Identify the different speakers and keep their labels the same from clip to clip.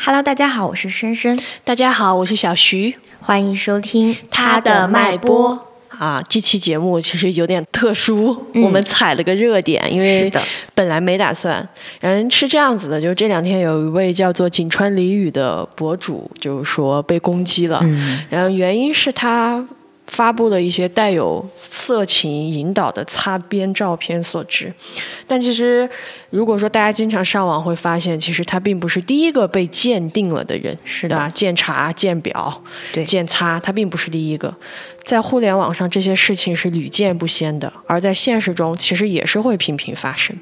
Speaker 1: Hello，大家好，我是深深，
Speaker 2: 大家好，我是小徐。
Speaker 1: 欢迎收听
Speaker 2: 它的脉搏。啊，这期节目其实有点特殊，
Speaker 1: 嗯
Speaker 2: 我们踩了个热点，因
Speaker 1: 是
Speaker 2: 为
Speaker 1: 的
Speaker 2: 本来没打算。然是这样子的，就是这两天有一位叫做锦川俚语的博主，就是说被攻击了，
Speaker 1: 嗯
Speaker 2: 然后原因是他发布了一些带有色情引导的擦边照片所致。但其实，如果说大家经常上网会发现，其实他并不是第一个被鉴定了的人，
Speaker 1: 是
Speaker 2: 对啊
Speaker 1: 的
Speaker 2: 吧？鉴查、鉴表、
Speaker 1: 对
Speaker 2: 鉴擦，他并不是第一个。在互联网上，这些事情是屡见不鲜的，而在现实中，其实也是会频频发生。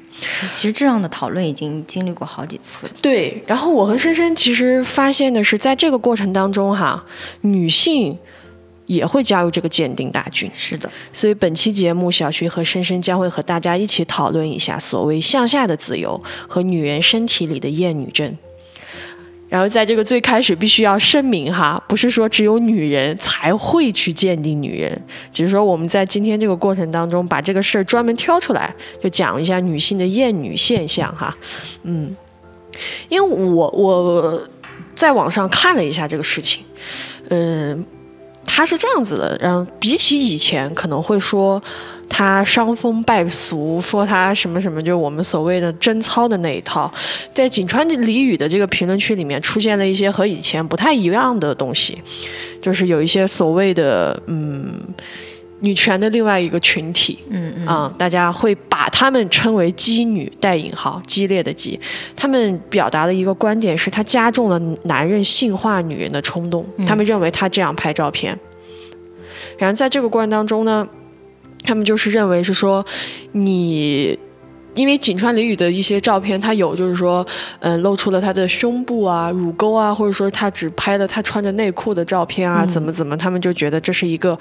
Speaker 1: 其实这样的讨论已经经历过好几次了。
Speaker 2: 对，然后我和深深其实发现的是，在这个过程当中哈，女性也会加入这个鉴定大军。
Speaker 1: 是的，
Speaker 2: 所以本期节目，小徐和深深将会和大家一起讨论一下所谓向下的自由和女人身体里的厌女症。然后在这个最开始必须要声明哈，不是说只有女人才会去鉴定女人，只是说我们在今天这个过程当中把这个事儿专门挑出来，就讲一下女性的厌女现象哈。嗯，因为我我在网上看了一下这个事情，嗯，他是这样子的，然后比起以前可能会说他伤风败俗，说他什么什么，就是我们所谓的贞操的那一套，在井川里语的这个评论区里面出现了一些和以前不太一样的东西，就是有一些所谓的嗯女权的另外一个群体，
Speaker 1: 嗯嗯，
Speaker 2: 啊、大家会把她们称为“鸡女”（带引号），激烈的激。她们表达的一个观点是，她加重了男人性化女人的冲动。
Speaker 1: 嗯
Speaker 2: 她们认为她这样拍照片。然后在这个过程当中呢，他们就是认为是说，你因为井川里宇的一些照片，她有就是说，嗯、露出了她的胸部啊、乳沟啊，或者说她只拍了她穿着内裤的照片啊，怎么怎么，他们就觉得这是一个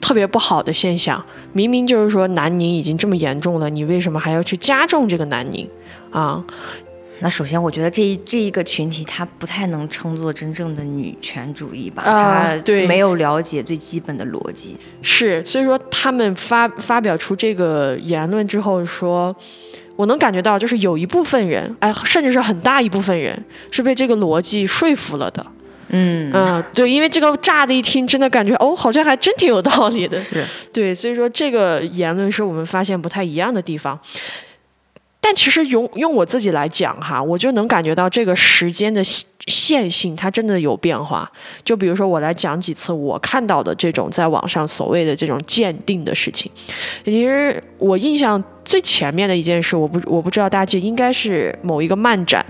Speaker 2: 特别不好的现象。明明就是说南宁已经这么严重了，你为什么还要去加重这个南宁啊？
Speaker 1: 那首先我觉得这一这一个群体，她不太能称作真正的女权主义吧，她
Speaker 2: 啊对
Speaker 1: 没有了解最基本的逻辑。
Speaker 2: 是，所以说他们发发表出这个言论之后说。我能感觉到，就是有一部分人，哎，甚至是很大一部分人是被这个逻辑说服了的。
Speaker 1: 嗯，
Speaker 2: 嗯，对，因为这个乍的一听，真的感觉哦，好像还真挺有道理的。
Speaker 1: 是
Speaker 2: 对，所以说这个言论是我们发现不太一样的地方。但其实用用我自己来讲哈，我就能感觉到这个时间的线线性，它真的有变化。就比如说，我来讲几次我看到的这种在网上所谓的这种鉴定的事情。其实我印象最前面的一件事，我不我不知道大家记，应该是某一个漫展。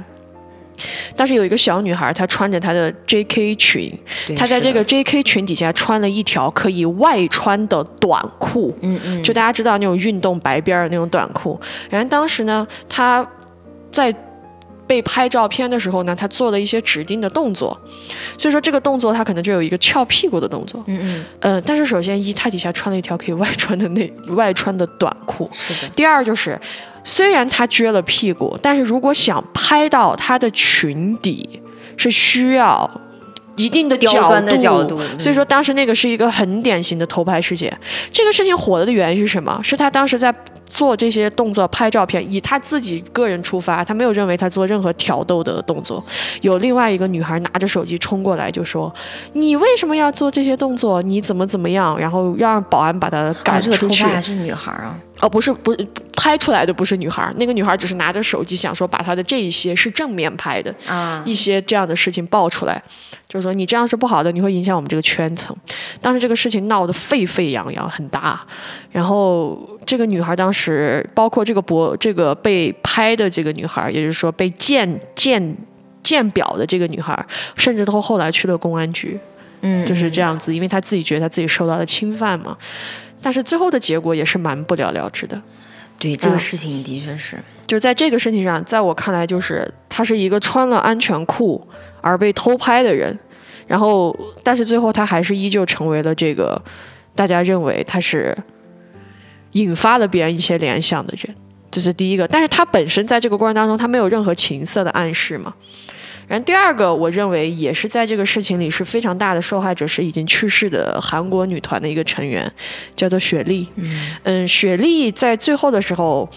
Speaker 2: 当时有一个小女孩，她穿着她的 J.K. 裙，
Speaker 1: 对
Speaker 2: 她在
Speaker 1: 是
Speaker 2: 这个
Speaker 1: 的
Speaker 2: J.K. 裙底下穿了一条可以外穿的短裤，
Speaker 1: 嗯嗯，
Speaker 2: 就大家知道那种运动白边儿的那种短裤。然后当时呢，她在被拍照片的时候呢，她做了一些指定的动作，所以说这个动作她可能就有一个翘屁股的动作。
Speaker 1: 嗯嗯，
Speaker 2: 呃，但是首先一，她底下穿了一条可以外穿的内外穿的短裤，
Speaker 1: 是的，
Speaker 2: 第二就是，虽然她撅了屁股，但是如果想拍到她的裙底，是需要一定的
Speaker 1: 刁
Speaker 2: 角
Speaker 1: 钻的
Speaker 2: 度。
Speaker 1: 角度嗯
Speaker 2: 所以说，当时那个是一个很典型的偷拍事件。这个事情火了的原因是什么？是她当时在。做这些动作拍照片，以她自己个人出发，她没有认为她做任何挑逗的动作。有另外一个女孩拿着手机冲过来就说：“你为什么要做这些动作？你怎么怎么样？”然后让保安把她
Speaker 1: 哦
Speaker 2: 赶
Speaker 1: 这个
Speaker 2: 出
Speaker 1: 头
Speaker 2: 去。
Speaker 1: 发还是女孩啊？
Speaker 2: 哦，不是，不拍出来的不是女孩儿，那个女孩儿只是拿着手机想说把她的这一些是正面拍的
Speaker 1: 啊，
Speaker 2: 一些这样的事情爆出来，就是说你这样是不好的，你会影响我们这个圈层。当时这个事情闹得沸沸扬扬，很大。然后这个女孩当时，包括这个博这个被拍的这个女孩，也就是说被鉴鉴鉴表的这个女孩，甚至都后来去了公安局。
Speaker 1: 嗯，
Speaker 2: 就是这样子，因为他自己觉得他自己受到了侵犯嘛。但是最后的结果也是蛮不了了之的，
Speaker 1: 对这个
Speaker 2: 嗯
Speaker 1: 事情的确是，
Speaker 2: 就是在这个事情上，在我看来，就是他是一个穿了安全裤而被偷拍的人，然后但是最后他还是依旧成为了这个大家认为他是引发了别人一些联想的人，这是第一个。但是他本身在这个过程当中，他没有任何情色的暗示嘛。然后第二个，我认为也是在这个事情里是非常大的受害者，是已经去世的韩国女团的一个成员，叫做雪莉。嗯，雪莉在最后的时候，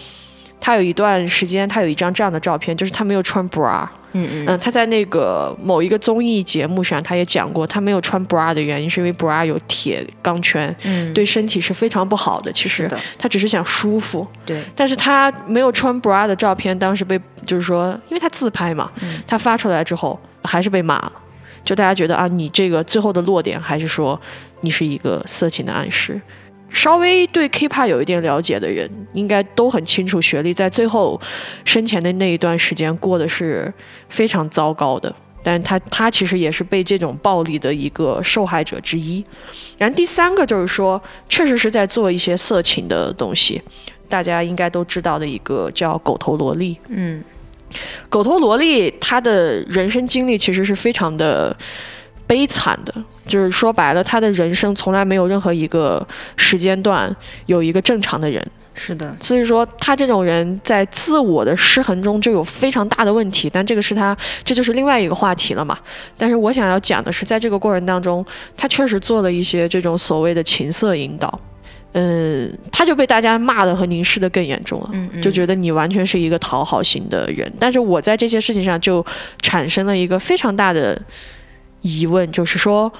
Speaker 2: 她有一段时间，她有一张这样的照片，就是她没有穿 bra。
Speaker 1: 嗯嗯
Speaker 2: 嗯，她在那个某一个综艺节目上，她也讲过，她没有穿 bra 的原因是因为 bra 有铁钢圈，
Speaker 1: 嗯，
Speaker 2: 对身体是非常不好的。其
Speaker 1: 是
Speaker 2: 实
Speaker 1: 的，
Speaker 2: 她只是想舒服，
Speaker 1: 对，
Speaker 2: 但是她没有穿 bra 的照片，当时被就是说，因为她自拍嘛，她发出来之后还是被骂了。就大家觉得啊，你这个最后的落点还是说你是一个色情的暗示。稍微对 K-pop 有一点了解的人，应该都很清楚，雪莉在最后生前的那一段时间过得是非常糟糕的。但她她其实也是被这种暴力的一个受害者之一。然后第三个就是说，确实是在做一些色情的东西，大家应该都知道的一个叫狗头萝莉。
Speaker 1: 嗯
Speaker 2: 狗头萝莉她的人生经历其实是非常的悲惨的，就是说白了，她的人生从来没有任何一个时间段有一个正常的人，
Speaker 1: 是的，
Speaker 2: 所以说她这种人在自我的失衡中就有非常大的问题。但这个是她，这就是另外一个话题了嘛。但是我想要讲的是，在这个过程当中，她确实做了一些这种所谓的情色引导。嗯，她就被大家骂的和凝视的更严重了。
Speaker 1: 嗯嗯，
Speaker 2: 就觉得你完全是一个讨好型的人。但是我在这些事情上就产生了一个非常大的疑问，就是说，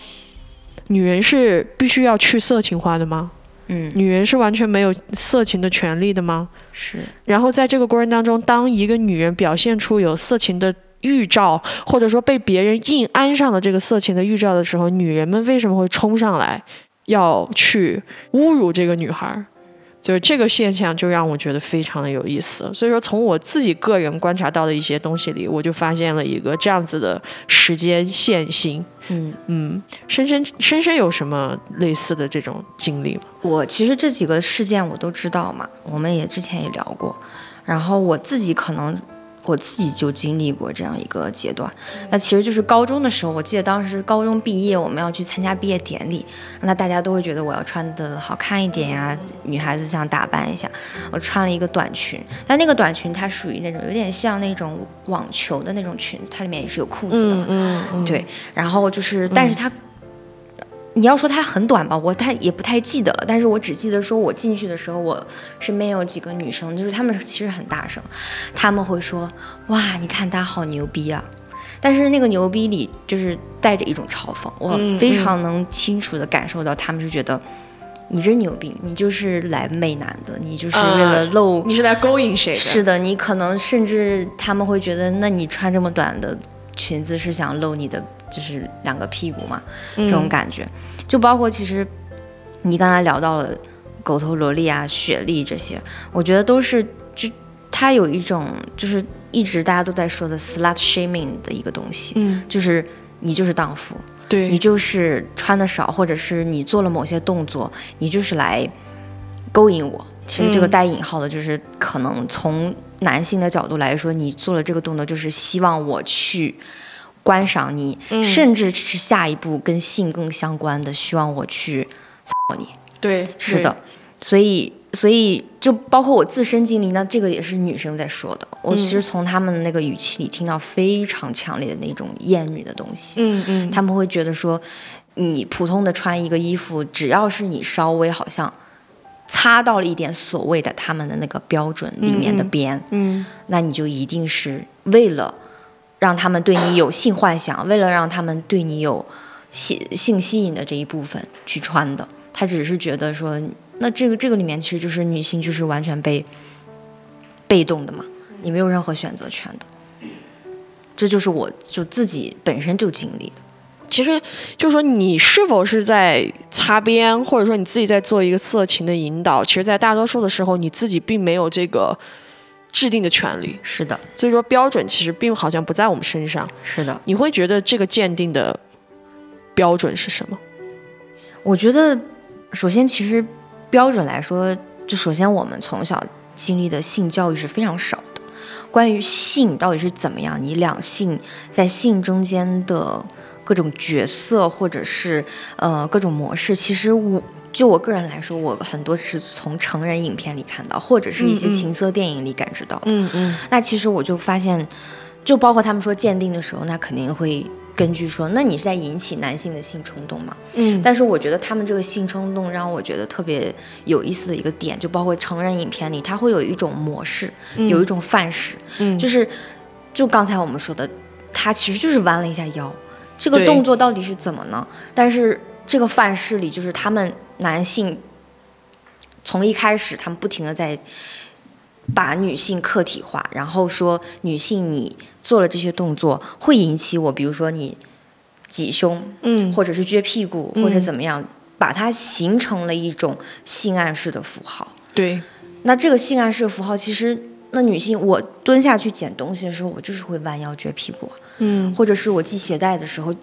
Speaker 2: 女人是必须要去色情化的吗？
Speaker 1: 嗯
Speaker 2: 女人是完全没有色情的权利的吗？
Speaker 1: 是，
Speaker 2: 然后在这个过程当中，当一个女人表现出有色情的预兆，或者说被别人硬安上了这个色情的预兆的时候，女人们为什么会冲上来要去侮辱这个女孩儿？就是这个现象，就让我觉得非常的有意思。所以说，从我自己个人观察到的一些东西里，我就发现了一个这样子的时间线性。
Speaker 1: 嗯。
Speaker 2: 嗯，深深深深有什么类似的这种经历吗？
Speaker 1: 我其实这几个事件我都知道嘛，我们也之前也聊过，然后我自己可能我自己就经历过这样一个阶段，那其实就是高中的时候，我记得当时高中毕业我们要去参加毕业典礼，那大家都会觉得我要穿的好看一点呀、女孩子想打扮一下，我穿了一个短裙，但那个短裙它属于那种有点像那种网球的那种裙子，它里面也是有裤子的，
Speaker 2: 嗯嗯
Speaker 1: 对，然后就是，但是它，你要说它很短吧，我太也不太记得了，但是我只记得说我进去的时候，我身边有几个女生，就是她们其实很大声，她们会说：“哇，你看她好牛逼啊！”但是那个牛逼里就是带着一种嘲讽，我
Speaker 2: 嗯
Speaker 1: 非常能清楚的感受到，她们是觉得。你真牛逼！你就是来媚男的，你就是为了
Speaker 2: 啊
Speaker 1: 露、
Speaker 2: 你是来勾引谁的？
Speaker 1: 是的，你可能甚至他们会觉得，那你穿这么短的裙子是想露你的就是两个屁股嘛？
Speaker 2: 嗯
Speaker 1: 这种感觉，就包括其实你刚才聊到了狗头萝莉啊、雪莉这些，我觉得都是就它有一种就是一直大家都在说的 slut shaming 的一个东西，
Speaker 2: 嗯，
Speaker 1: 就是你就是荡妇，
Speaker 2: 对，
Speaker 1: 你就是穿的少，或者是你做了某些动作，你就是来勾引我。其实这个
Speaker 2: 嗯
Speaker 1: 带引号的，就是可能从男性的角度来说，你做了这个动作，就是希望我去观赏你，甚至是下一步跟性更相关的，希望我去
Speaker 2: 对，
Speaker 1: 是的，，所以所以就包括我自身经历，那这个也是女生在说的。我其实从他们那个语气里听到非常强烈的那种厌女的东西。
Speaker 2: 嗯嗯，
Speaker 1: 他们会觉得说，你普通的穿一个衣服，只要是你稍微好像擦到了一点所谓的他们的那个标准里面的边，
Speaker 2: 嗯
Speaker 1: 那你就一定是为了让他们对你有性幻想，为了让他们对你有性性吸引的这一部分去穿的。他只是觉得说，那这个这个里面其实就是女性就是完全被被动的嘛，你没有任何选择权的。这就是我就自己本身就经历的。
Speaker 2: 其实就是说，你是否是在擦边，或者说你自己在做一个色情的引导，其实，在大多数的时候，你自己并没有这个制定的权利。
Speaker 1: 是的，
Speaker 2: 所以说，标准其实并好像不在我们身上。
Speaker 1: 是的，
Speaker 2: 你会觉得这个鉴定的标准是什么？
Speaker 1: 我觉得，首先其实标准来说，就首先我们从小经历的性教育是非常少的。关于性到底是怎么样，你两性在性中间的各种角色或者是呃各种模式，其实我就我个人来说，我很多是从成人影片里看到，或者是一些
Speaker 2: 嗯嗯
Speaker 1: 情色电影里感知到的。
Speaker 2: 嗯嗯
Speaker 1: 那其实我就发现，就包括他们说鉴定的时候，那肯定会根据说，那你是在引起男性的性冲动吗？
Speaker 2: 嗯
Speaker 1: 但是我觉得他们这个性冲动让我觉得特别有意思的一个点，就包括成人影片里，它会有一种模式，有一种范式，
Speaker 2: 嗯
Speaker 1: 就是就刚才我们说的，他其实就是弯了一下腰，这个
Speaker 2: 对
Speaker 1: 动作到底是怎么呢？但是这个范式里，就是他们男性从一开始，他们不停的在把女性客体化，然后说女性你做了这些动作会引起我，比如说你挤胸，
Speaker 2: 嗯，
Speaker 1: 或者是撅屁股，或者怎么样，把它形成了一种性暗示的符号。
Speaker 2: 对，
Speaker 1: 那这个性暗示符号，其实那女性，我蹲下去捡东西的时候，我就是会弯腰撅屁股，啊
Speaker 2: 嗯
Speaker 1: 或者是我系鞋带的时候，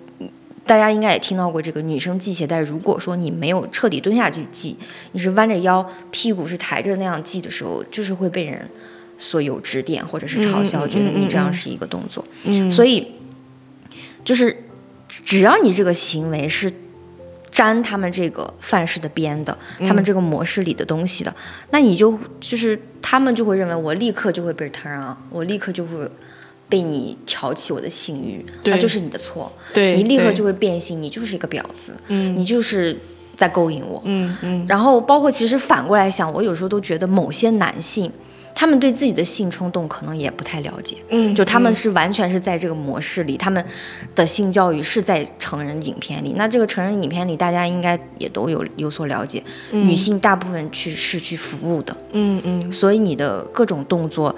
Speaker 1: 大家应该也听到过这个女生系鞋带，如果说你没有彻底蹲下去系，你是弯着腰，屁股是抬着那样系的时候，就是会被人所有指点或者是嘲笑，
Speaker 2: 嗯嗯
Speaker 1: 觉得
Speaker 2: 嗯
Speaker 1: 你
Speaker 2: 嗯
Speaker 1: 这样
Speaker 2: 嗯
Speaker 1: 是一个动作。
Speaker 2: 嗯，
Speaker 1: 所以就是只要你这个行为是沾他们这个范式的边的，
Speaker 2: 嗯
Speaker 1: 他们这个模式里的东西的，那你就就是他们就会认为我立刻就会被 turn on，我立刻就会。被你挑起我的性欲，
Speaker 2: 对
Speaker 1: 那就是你的错，
Speaker 2: 对，
Speaker 1: 你立刻就
Speaker 2: 会，
Speaker 1: 会变性，你就是一个婊子，
Speaker 2: 嗯
Speaker 1: 你就是在勾引我。
Speaker 2: 嗯嗯
Speaker 1: 然后包括其实反过来想，我有时候都觉得某些男性，他们对自己的性冲动可能也不太了解，
Speaker 2: 嗯，
Speaker 1: 就他们是完全是在这个模式里，他们的性教育是在成人影片里。那这个成人影片里，大家应该也都有有所了解，女性大部分去是去服务的，
Speaker 2: 嗯嗯
Speaker 1: 所以你的各种动作，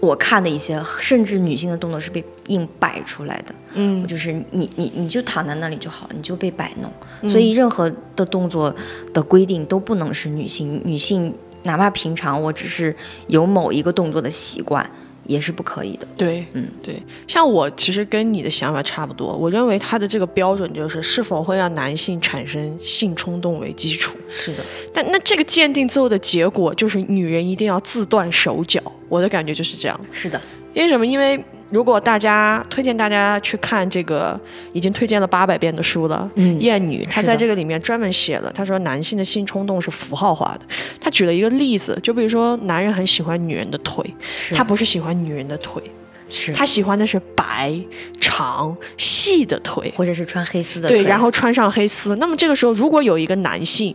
Speaker 1: 我看的一些甚至女性的动作是被硬摆出来的，
Speaker 2: 嗯
Speaker 1: 就是你你你就躺在那里就好了，你就被摆弄。所以任何的动作的规定都不能是女性，女性哪怕平常我只是有某一个动作的习惯，也是不可以的。
Speaker 2: 对，
Speaker 1: 嗯
Speaker 2: 对，像我其实跟你的想法差不多，我认为他的这个标准就是是否会让男性产生性冲动为基础，
Speaker 1: 是的，
Speaker 2: 但那这个鉴定最后的结果就是女人一定要自断手脚，我的感觉就是这样。
Speaker 1: 是的，
Speaker 2: 因为什么？因为如果大家推荐大家去看这个已经推荐了八百遍的书了，
Speaker 1: 嗯
Speaker 2: 艳女，她
Speaker 1: 是
Speaker 2: 在
Speaker 1: 的
Speaker 2: 这个里面专门写了，她说男性的性冲动是符号化的。她举了一个例子，就比如说男人很喜欢女人的腿，
Speaker 1: 是
Speaker 2: 他不是喜欢女人的腿，
Speaker 1: 是
Speaker 2: 他喜欢的是白、长、细的腿。
Speaker 1: 或者是穿黑丝的
Speaker 2: 对，
Speaker 1: 腿
Speaker 2: 然后穿上黑丝。那么这个时候，如果有一个男性，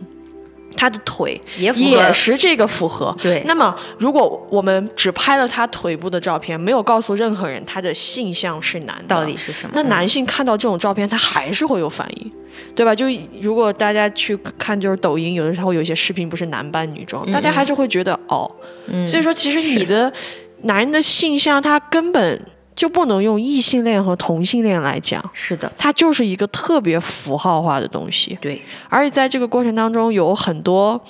Speaker 2: 他的腿
Speaker 1: 也符合
Speaker 2: 也是这个符合。
Speaker 1: 对
Speaker 2: 那么如果我们只拍了他腿部的照片，没有告诉任何人他的性向是男的，
Speaker 1: 到底是什么？
Speaker 2: 那男性看到这种照片，他还是会有反应，对吧？就如果大家去看，就是抖音，有的时候有一些视频不是男扮女装，大家还是会觉得哦。
Speaker 1: 嗯
Speaker 2: 所以说，其实你的男人的性向，他根本就不能用异性恋和同性恋来讲，
Speaker 1: 嗯是的，
Speaker 2: 它就是一个特别符号化的东西。
Speaker 1: 对，
Speaker 2: 而且在这个过程当中，有很多，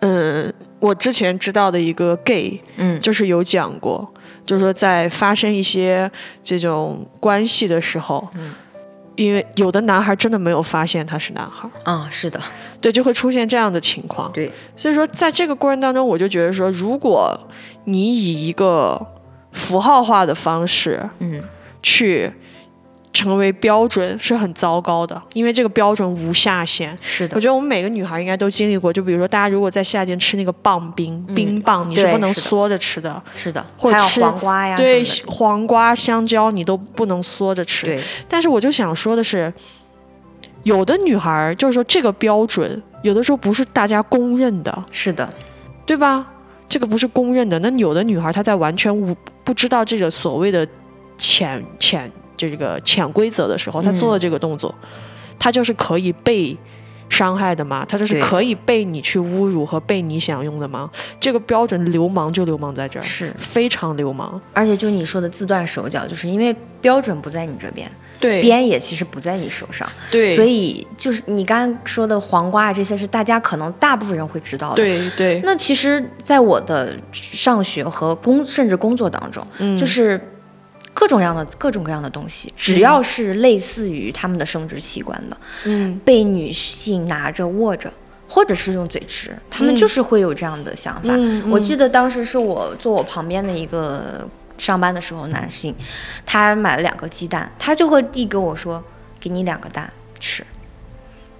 Speaker 2: 嗯，我之前知道的一个 gay，
Speaker 1: 嗯，
Speaker 2: 就是有讲过，就是说在发生一些这种关系的时候，
Speaker 1: 嗯
Speaker 2: 因为有的男孩真的没有发现他是男孩，
Speaker 1: 啊、是的，
Speaker 2: 对，就会出现这样的情况。
Speaker 1: 对，
Speaker 2: 所以说，在这个过程当中，我就觉得说，如果你以一个符号化的方式
Speaker 1: 嗯，
Speaker 2: 去成为标准，是很糟糕的，因为这个标准无下限。
Speaker 1: 是
Speaker 2: 我
Speaker 1: 的，
Speaker 2: 觉得我们每个女孩应该都经历过，就比如说大家如果在夏天吃那个棒冰、冰棒，你是
Speaker 1: 嗯对
Speaker 2: 不能
Speaker 1: 是的
Speaker 2: 缩着吃的，
Speaker 1: 是的，
Speaker 2: 或
Speaker 1: 还有
Speaker 2: 吃
Speaker 1: 黄瓜呀什么
Speaker 2: 对
Speaker 1: 的，
Speaker 2: 黄瓜、香蕉你都不能缩着吃。
Speaker 1: 对，
Speaker 2: 但是我就想说的是，有的女孩儿就是说这个标准，有的时候不是大家公认的，
Speaker 1: 是的，
Speaker 2: 对吧？这个不是公认的。那有的女孩儿她在完全无不知道这个所谓的潜潜这个潜规则的时候，她做
Speaker 1: 嗯
Speaker 2: 了这个动作，她就是可以被伤害的吗？她就是
Speaker 1: 对
Speaker 2: 可以被你去侮辱和被你享用的吗？这个标准流氓就流氓在这儿，
Speaker 1: 是。
Speaker 2: 非常流氓。
Speaker 1: 而且就你说的自断手脚，就是因为标准不在你这边，
Speaker 2: 对
Speaker 1: 边也其实不在你手上，
Speaker 2: 对
Speaker 1: 所以就是你刚刚说的黄瓜啊，这些是大家可能大部分人会知道的。，
Speaker 2: 对对，
Speaker 1: 那其实，在我的上学和工甚至工作当中，
Speaker 2: 嗯
Speaker 1: 就是各种样的各种各样的东西，只要是类似于他们的生殖器官的，
Speaker 2: 嗯
Speaker 1: 被女性拿着握着，或者是用嘴吃，他们
Speaker 2: 嗯
Speaker 1: 就是会有这样的想法。
Speaker 2: 嗯
Speaker 1: 我记得当时是我坐我旁边的一个上班的时候男性，他买了两个鸡蛋，他就会递给我说：“给你两个蛋吃。”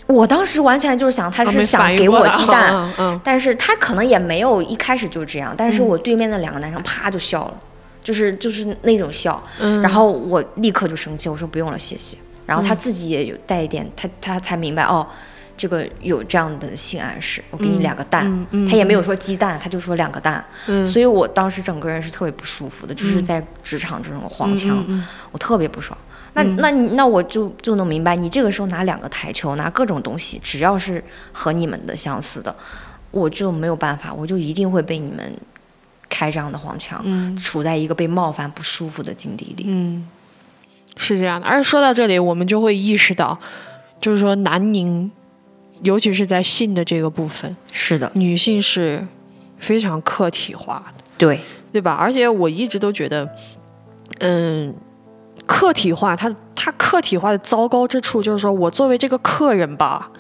Speaker 1: 我当时完全就是想他
Speaker 2: 啊没
Speaker 1: 是想
Speaker 2: 反应
Speaker 1: 给
Speaker 2: 过
Speaker 1: 我
Speaker 2: 来
Speaker 1: 鸡 蛋，
Speaker 2: 嗯嗯嗯嗯
Speaker 1: 但是他可能也没有一开始就这样，但是我对面的两个男生啪就笑了。就是就是那种笑。
Speaker 2: 嗯
Speaker 1: 然后我立刻就生气，我说不用了，谢谢。然后他自己也有带一点，他他才明白哦，这个有这样的性暗示，我给你两个蛋，
Speaker 2: 嗯嗯
Speaker 1: 他也没有说鸡蛋，他就说两个蛋。
Speaker 2: 嗯
Speaker 1: 所以我当时整个人是特别不舒服的，就是
Speaker 2: 嗯
Speaker 1: 在职场这种黄腔，
Speaker 2: 嗯嗯
Speaker 1: 我特别不爽。那那你那我就就能明白，你这个时候拿两个台球，拿各种东西，只要是和你们的相似的，我就没有办法，我就一定会被你们开这样的黄腔，
Speaker 2: 嗯
Speaker 1: 处在一个被冒犯不舒服的境地里。
Speaker 2: 嗯，是这样的。而说到这里，我们就会意识到，就是说南宁，尤其是在性的这个部分，
Speaker 1: 是的，
Speaker 2: 女性是非常客体化的。
Speaker 1: 对，
Speaker 2: 对吧？而且我一直都觉得，嗯，客体化，它它客体化的糟糕之处就是说我作为这个客人吧，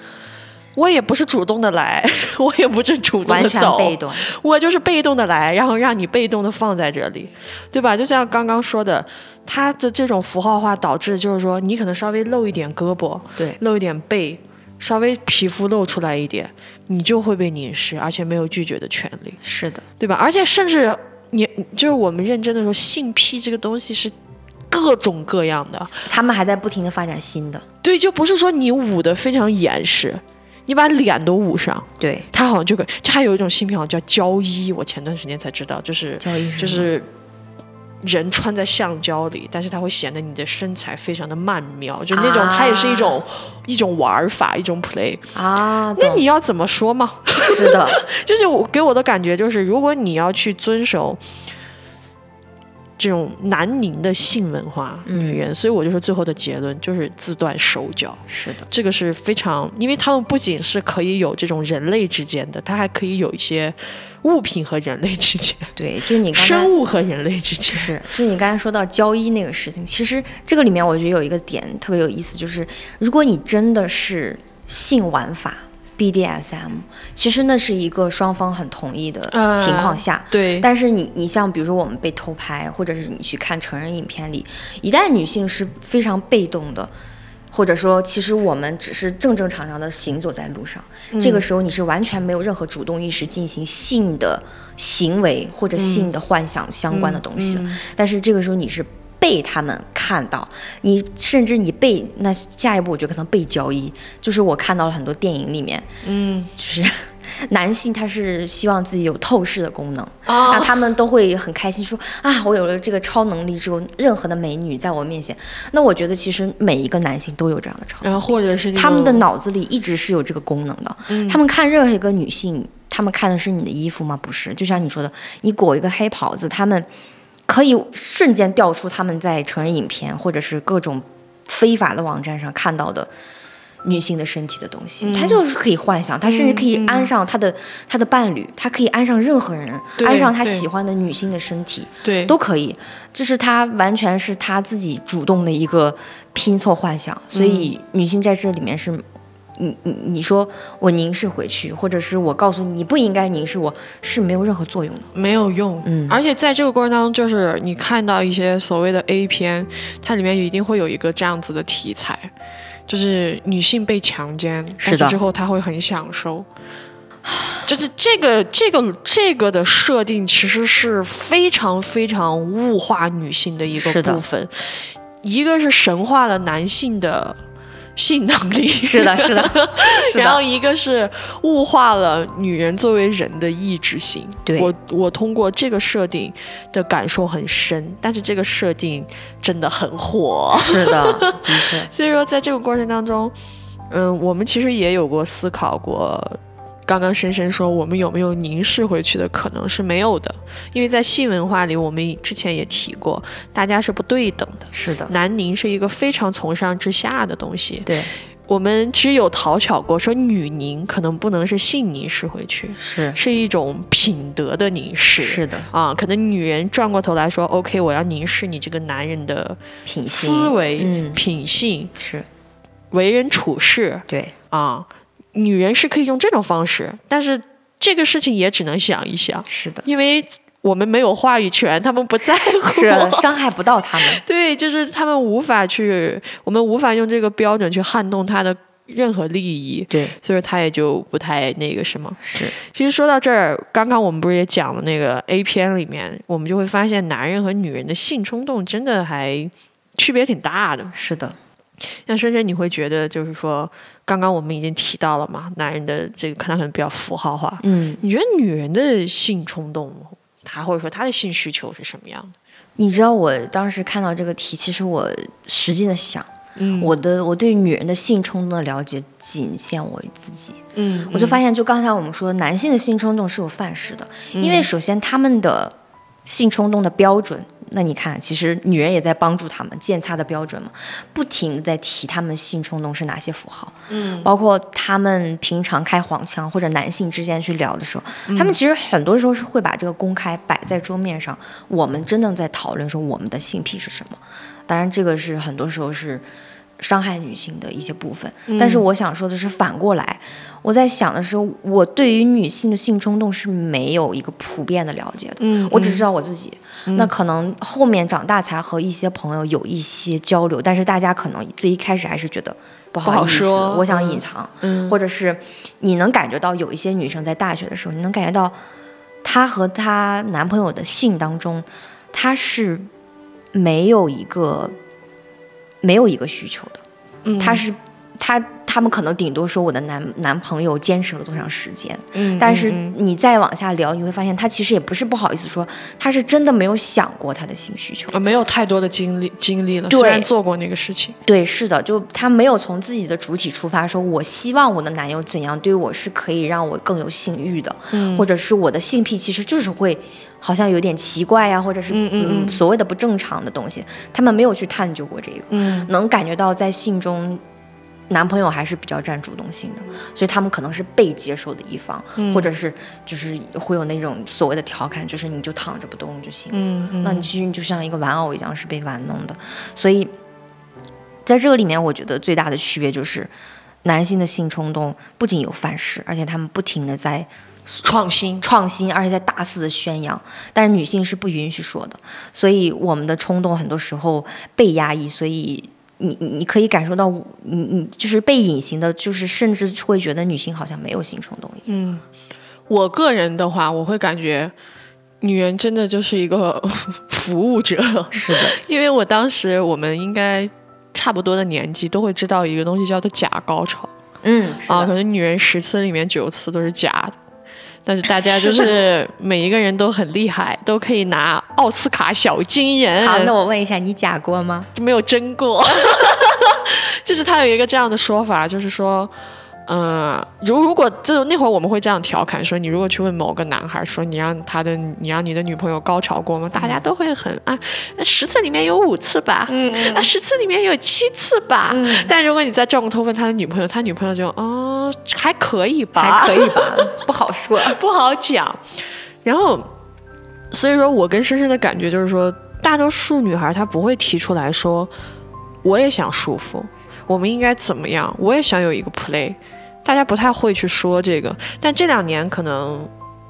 Speaker 2: 我也不是主动的来， 我也不是主动
Speaker 1: 完
Speaker 2: 的
Speaker 1: 全
Speaker 2: 走，
Speaker 1: 被 动。
Speaker 2: 我就是被动的来，然后让你被动的放在这里，对吧？就像刚刚说的，它的这种符号化导致就是说你可能稍微露一点胳膊，
Speaker 1: 对，
Speaker 2: 露一点背。稍微皮肤露出来一点，你就会被凝视，而且没有拒绝的权利。
Speaker 1: 是的，
Speaker 2: 对吧？而且甚至你就是我们认真的说，性癖这个东西是各种各样的，
Speaker 1: 他们还在不停的发展新的。
Speaker 2: 对，就不是说你捂得非常严实，你把脸都捂上，
Speaker 1: 对，
Speaker 2: 它好像就跟这还有一种性癖好像叫胶衣，我前段时间才知道，就是
Speaker 1: 交易是
Speaker 2: 就
Speaker 1: 吗
Speaker 2: 是。人穿在橡胶里，但是它会显得你的身材非常的曼妙，就那种，
Speaker 1: 啊
Speaker 2: 它也是一种、一种玩法，一种 play。
Speaker 1: 啊，
Speaker 2: 那
Speaker 1: 懂
Speaker 2: 你要怎么说嘛？
Speaker 1: 是的，
Speaker 2: 就是我给我的感觉就是，如果你要去遵守这种南宁的性文化，
Speaker 1: 嗯
Speaker 2: 女人，所以我就说最后的结论就是自断手脚。
Speaker 1: 是的，
Speaker 2: 这个是非常，因为他们不仅是可以有这种人类之间的，它还可以有一些物品和人类之间，
Speaker 1: 对，就是你刚才
Speaker 2: 生物和人类之间。
Speaker 1: 是，就你刚才说到交易那个事情，其实这个里面我觉得有一个点特别有意思，就是如果你真的是性玩法 BDSM，其实那是一个双方很同意的
Speaker 2: 嗯
Speaker 1: 情况下。
Speaker 2: 对，
Speaker 1: 但是你，你像比如说我们被偷拍，或者是你去看成人影片里，一旦女性是非常被动的，或者说其实我们只是正正常常的行走在路上，这个时候你是完全没有任何主动意识进行性的行为或者性的幻想相关的东西的，但是这个时候你是。被他们看到，你甚至你被那下一步，我觉得可能被交易，就是我看到了很多电影里面，
Speaker 2: 嗯
Speaker 1: 就是男性他是希望自己有透视的功能，
Speaker 2: 啊
Speaker 1: 然后他们都会很开心说啊，我有了这个超能力之后，任何的美女在我面前，那我觉得其实每一个男性都有这样的超能
Speaker 2: 然后或者是那嗯
Speaker 1: 力，他们的
Speaker 2: 种
Speaker 1: 脑子里一直是有这个功能的，他们看任何一个女性，他们看的是你的衣服吗？不是，就像你说的，你裹一个黑袍子，他们可以瞬间调出他们在成人影片或者是各种非法的网站上看到的女性的身体的东西，
Speaker 2: 嗯
Speaker 1: 他就是可以幻想，他甚至可以安上他的、他的伴侣，他可以安上任何人，
Speaker 2: 对
Speaker 1: 安上他
Speaker 2: 对
Speaker 1: 喜欢的女性的身体
Speaker 2: 对
Speaker 1: 都可以，这是他完全是他自己主动的一个拼凑幻想，所以女性在这里面是。你你你说我凝视回去，或者是我告诉你你不应该凝视我，是没有任何作用的。
Speaker 2: 没有用，
Speaker 1: 嗯
Speaker 2: 而且在这个过程当中，就是你看到一些所谓的 A 片，它里面一定会有一个这样子的题材，就是女性被强奸，
Speaker 1: 是的
Speaker 2: 但之后她会很享受，就是这个这个这个的设定其实是非常非常物化女性的一
Speaker 1: 是
Speaker 2: 个
Speaker 1: 的
Speaker 2: 部分，一个是神化了男性的性能力，
Speaker 1: 是的， 是的，是的
Speaker 2: 然后一个是物化了女人作为人的意志性。
Speaker 1: 对
Speaker 2: 我，我通过这个设定的感受很深，但是这个设定真的很火。
Speaker 1: 是的，的确，
Speaker 2: 所以说，在这个过程当中，嗯，我们其实也有过思考过。刚刚深深说，我们有没有凝视回去的可能是没有的，因为在性文化里，我们之前也提过，大家是不对等的。
Speaker 1: 是的，
Speaker 2: 南宁是一个非常从上至下的东西，
Speaker 1: 对，
Speaker 2: 我们其实有讨巧过，说女凝可能不能是性凝视回去，
Speaker 1: 是
Speaker 2: 是一种品德的凝视。
Speaker 1: 是的，
Speaker 2: 啊，可能女人转过头来说：“OK，我要凝视你这个男人的
Speaker 1: 品性
Speaker 2: 思维、
Speaker 1: 嗯
Speaker 2: 品性、
Speaker 1: 是
Speaker 2: 为人处事
Speaker 1: 对，
Speaker 2: 啊。”女人是可以用这种方式，但是这个事情也只能想一想，
Speaker 1: 是 的，
Speaker 2: 因为我们没有话语权，他们不在 乎。
Speaker 1: 是啊 伤害不到他们，
Speaker 2: 对，就是他们无法去，我们无法用这个标准去撼动他的任何利益，
Speaker 1: 对，
Speaker 2: 所以说他也就不太那个什么。
Speaker 1: 是
Speaker 2: 其实说到这儿，刚刚我们不是也讲了那个 A 片里面，我们就会发现男人和女人的性冲动真的还区别挺大的。
Speaker 1: 是的，
Speaker 2: 像深深，你会觉得就是说，刚刚我们已经提到了嘛，男人的这个他可能比较符号化。
Speaker 1: 嗯，
Speaker 2: 你觉得女人的性冲动，她或者说她的性需求是什么样的？
Speaker 1: 你知道我当时看到这个题，其实我使劲的想，
Speaker 2: 嗯
Speaker 1: 我的我对女人的性冲动的了解仅限我自己，
Speaker 2: 嗯
Speaker 1: 我就发现，就刚才我们说，男性的性冲动是有范式的，因
Speaker 2: 嗯
Speaker 1: 为首先他们的性冲动的标准，那你看，其实女人也在帮助他们践踏的标准嘛，不停地在提他们性冲动是哪些符号，
Speaker 2: 嗯，
Speaker 1: 包括他们平常开黄腔或者男性之间去聊的时候，他
Speaker 2: 嗯
Speaker 1: 们其实很多时候是会把这个公开摆在桌面上，我们真正在讨论说我们的性癖是什么，当然这个是很多时候是。伤害女性的一些部分，
Speaker 2: 嗯
Speaker 1: 但是我想说的是，反过来，我在想的时候，我对于女性的性冲动是没有一个普遍的了解的，
Speaker 2: 嗯
Speaker 1: 我只知道我自己。那可能后面长大才和一些朋友有一些交流，但是大家可能最一开始还是觉得不
Speaker 2: 不
Speaker 1: 好
Speaker 2: 好
Speaker 1: 意思，
Speaker 2: 说
Speaker 1: 我想
Speaker 2: 嗯
Speaker 1: 隐藏，
Speaker 2: 嗯
Speaker 1: 或者是你能感觉到有一些女生在大学的时候，你能感觉到她和她男朋友的性当中，她是没有一个没有一个需求的，
Speaker 2: 嗯
Speaker 1: 她是她他们可能顶多说我的男男朋友坚持了多长时间，
Speaker 2: 嗯
Speaker 1: 但是你再往下聊，你会发现她其实也不是不好意思说，她是真的没有想过她的性需求。
Speaker 2: 哦我没有太多的经历经历了，
Speaker 1: 对
Speaker 2: 虽然做过那个事情，
Speaker 1: 对，是的，就他没有从自己的主体出发，说我希望我的男友怎样对我是可以让我更有性欲的，
Speaker 2: 嗯
Speaker 1: 或者是我的性癖其实就是会好像有点奇怪呀、或者是
Speaker 2: 嗯嗯嗯
Speaker 1: 所谓的不正常的东西，他们没有去探究过这个，
Speaker 2: 嗯
Speaker 1: 能感觉到在性中。男朋友还是比较占主动性的，所以他们可能是被接受的一方，
Speaker 2: 嗯
Speaker 1: 或者是就是会有那种所谓的调侃，就是你就躺着不动就行，
Speaker 2: 嗯嗯
Speaker 1: 那你其实你就像一个玩偶一样是被玩弄的，所以在这个里面，我觉得最大的区别就是，男性的性冲动不仅有范式，而且他们不停的在
Speaker 2: 创新，
Speaker 1: 创新，而且在大肆的宣扬，但是女性是不允许说的，所以我们的冲动很多时候被压抑，所以。你你你可以感受到，你你就是被隐形的，就是甚至会觉得女性好像没有性冲动一样。
Speaker 2: 我个人的话，我会感觉女人真的就是一个 服务者，
Speaker 1: 是的，
Speaker 2: 因为我当时我们应该差不多的年纪都会知道一个东西叫做假高潮
Speaker 1: 嗯，
Speaker 2: 啊，可能女人十次里面九次都是假的。但是大 家就是每一个人都很厉害，都可以拿奥斯卡小金人。
Speaker 1: 好，那我问一下，你假过吗？
Speaker 2: 没有争过。 就是他有一个这样的说法，就是说，嗯、如如果这那会儿我们会这样调侃说，你如果去问某个男孩说你让他的你让你的女朋友高潮过吗？大家都会很啊，十次里面有五次吧，啊，十次里面有七次吧。但如果你再转过头问他的女朋友，他女朋友就哦还可以吧，
Speaker 1: 还可以吧，不好说。
Speaker 2: 不好讲。然后，所以说我跟深深的感觉就是说，大多数女孩她不会提出来说，我也想舒服，我们应该怎么样，我也想有一个 play。大家不太会去说这个，但这两年可能。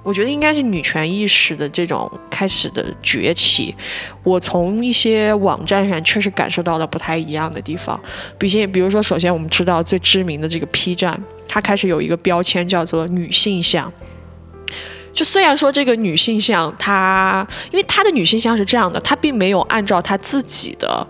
Speaker 2: 我觉得应该是女权意识的这种开始的崛起，我从一些网站上确实感受到了不太一样的地方。比些，比如说，首先我们知道最知名的这个 P 站，它开始有一个标签叫做女性向。就虽然说这个女性向她，因为她的女性向是这样的，她并没有按照她自己的，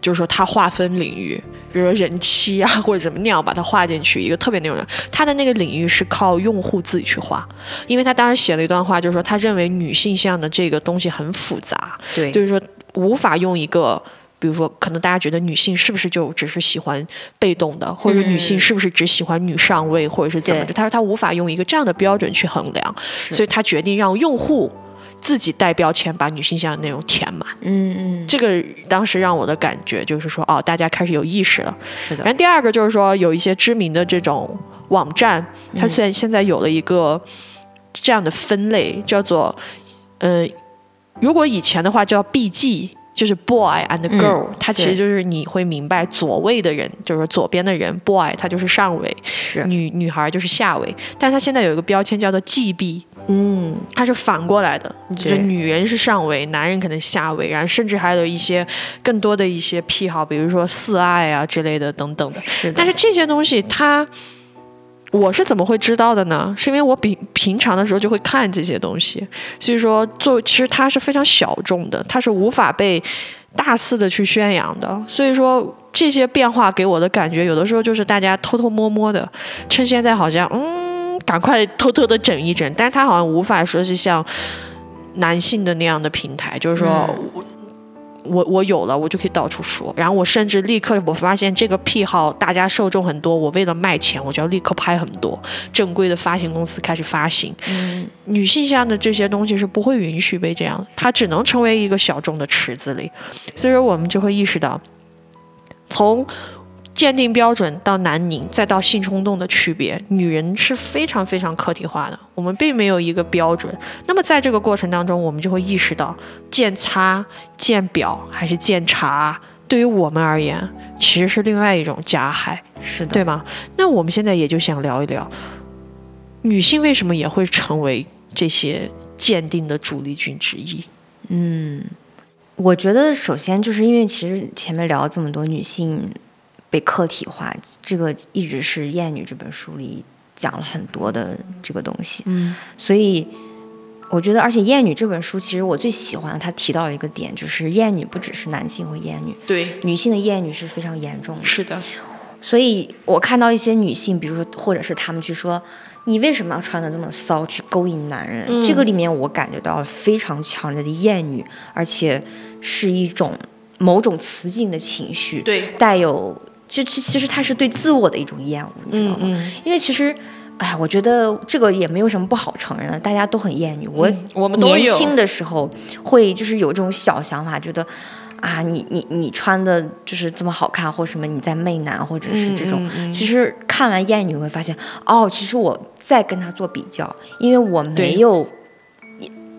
Speaker 2: 就是说她划分领域，比如说人妻啊或者什么那样把它划进去一个特别那种人，她的那个领域是靠用户自己去划，因为她当时写了一段话，就是说她认为女性向的这个东西很复杂，
Speaker 1: 对
Speaker 2: 就是说无法用一个。比如说，可能大家觉得女性是不是就只是喜欢被动的，或者说女性是不是只喜欢女上位，或者是怎么着？
Speaker 1: 对
Speaker 2: 他说他无法用一个这样的标准去衡量，所以他决定让用户自己带标签把女性向的内容填满。
Speaker 1: 嗯嗯，
Speaker 2: 这个当时让我的感觉就是说，哦，大家开始有意识了。
Speaker 1: 是的，
Speaker 2: 然
Speaker 1: 嗯
Speaker 2: 后第二个就是说，有一些知名的这种网站，它虽然现在有了一个这样的分类，叫做，呃，如果以前的话叫 BG。就是 boy and girl，、它其实
Speaker 1: 嗯对
Speaker 2: 就是你会明白左位的人，就是说左边的人，boy 他就是上位，
Speaker 1: 是
Speaker 2: 女女孩就是下位。但是他现在有一个标签叫做 GB，
Speaker 1: 嗯，
Speaker 2: 它是反过来的，就是
Speaker 1: 对
Speaker 2: 女人是上位，男人可能下位，然后甚至还有一些更多的一些癖好，比如说四爱啊之类的等等的。
Speaker 1: 是的。
Speaker 2: 但是这些东西它，我是怎么会知道的呢？是因为我比平常的时候就会看这些东西，所以说做其实它是非常小众的，它是无法被大肆的去宣扬的。所以说这些变化给我的感觉，有的时候就是大家偷偷摸摸的，趁现在好像嗯，赶快偷偷的整一整，但是它好像无法说是像男性的那样的平台，就是说。我我我有了，我就可以到处说。然后我甚至立刻，我发现这个癖好大家受众很多，我为了卖钱，我就要立刻拍很多。正规的发行公司开始发行，
Speaker 1: 嗯
Speaker 2: 女性向的这些东西是不会允许被这样，它只能成为一个小众的池子里。所以说，我们就会意识到，从鉴定标准到南宁，再到性冲动的区别，女人是非常非常个体化的，我们并没有一个标准。那么在这个过程当中，我们就会意识到，鉴擦、鉴表还是鉴察，对于我们而言，其实是另外一种加害。
Speaker 1: 是的，
Speaker 2: 对吗？那我们现在也就想聊一聊，女性为什么也会成为这些鉴定的主力军之一？
Speaker 1: 我觉得首先就是因为其实前面聊了这么多女性被客体化，这个一直是《厌女》这本书里讲了很多的这个东西，
Speaker 2: 嗯，
Speaker 1: 所以我觉得，而且《厌女》这本书其实我最喜欢它提到一个点，就是厌女不只是男性会厌女，
Speaker 2: 对，
Speaker 1: 女性的厌女是非常严重的。
Speaker 2: 是的，
Speaker 1: 所以我看到一些女性，比如说或者是她们去说，你为什么要穿的这么骚去勾引男人？
Speaker 2: 嗯
Speaker 1: 这个里面我感觉到非常强烈的厌女，而且是一种某种雌竞的情绪，
Speaker 2: 对，
Speaker 1: 带有其其其实它是对自我的一种厌恶，你知道
Speaker 2: 嗯
Speaker 1: 吗？
Speaker 2: 嗯，
Speaker 1: 因为其实。哎，我觉得这个也没有什么不好承认的，大家都很厌女。我
Speaker 2: 我们都
Speaker 1: 年
Speaker 2: 有，
Speaker 1: 轻的时候会就是有这种小想法，觉得啊，你你你穿的就是这么好看，或什么你在媚男，或者是这
Speaker 2: 嗯
Speaker 1: 种。其实看完《艳女》会发现，哦，其实我在跟他做比较，因为我没
Speaker 2: 对
Speaker 1: 有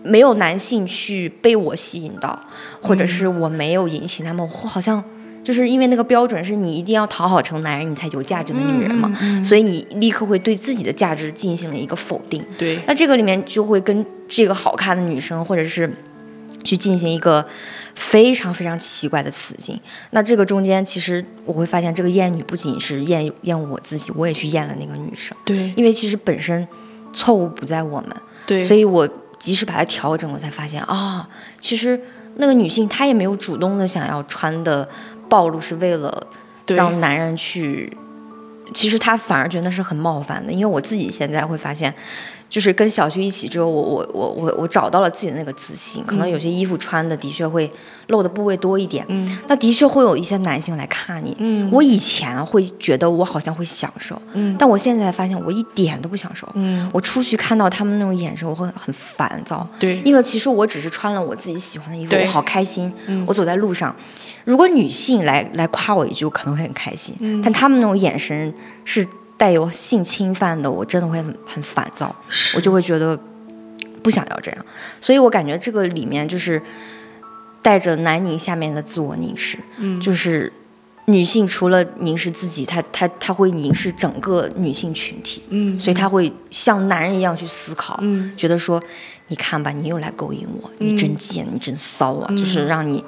Speaker 1: 没有男性去被我吸引到，或者是
Speaker 2: 嗯
Speaker 1: 我没有引起他们，我好像。就是因为那个标准是你一定要讨好成男人，你才有价值的女人
Speaker 2: 嗯
Speaker 1: 嘛，所以你立刻会对自己的价值进行了一个否定。
Speaker 2: 对，
Speaker 1: 那这个里面就会跟这个好看的女生，或者是去进行一个非常非常奇怪的雌竞。那这个中间，其实我会发现，这个厌女不仅是厌厌恶我自己，我也去厌了那个女生，
Speaker 2: 对，
Speaker 1: 因为其实本身错误不在我们，
Speaker 2: 对，
Speaker 1: 所
Speaker 2: 以
Speaker 1: 以我及时把它调整，我才发现啊、其实那个女性她也没有主动的想要穿的暴露是为了
Speaker 2: 对，
Speaker 1: 让男人去，其实他反而觉得是很冒犯的，因为我自己现在会发现，就是跟小区一起之后，我我我我我找到了自己的那个自信，可能有些衣服穿的的确会露的部位多一点，
Speaker 2: 嗯
Speaker 1: 那的确会有一些男性来看你。
Speaker 2: 嗯
Speaker 1: 我以前会觉得我好像会享受，
Speaker 2: 嗯
Speaker 1: 但我现在发现我一点都不享受。
Speaker 2: 嗯，
Speaker 1: 我出去看到他们那种眼神，我会很烦躁。
Speaker 2: 对，
Speaker 1: 因为其实我只是穿了我自己喜欢的衣服，
Speaker 2: 对
Speaker 1: 我好开心。
Speaker 2: 嗯
Speaker 1: 我走在路上，如果女性来来夸我一句，我可能会很开心。
Speaker 2: 嗯
Speaker 1: 但她们那种眼神是带有性侵犯的，我真的会很很烦躁，我就会觉得不想要这样。所以我感觉这个里面就是带着南宁下面的自我凝视，
Speaker 2: 嗯
Speaker 1: 就是。女性除了凝视自己，她她她会凝视整个女性群体，
Speaker 2: 嗯，
Speaker 1: 所以她会像男人一样去思考，
Speaker 2: 嗯
Speaker 1: 觉得说，你看吧，你又来勾引我，你真贱，你真骚啊，
Speaker 2: 嗯
Speaker 1: 就是让你，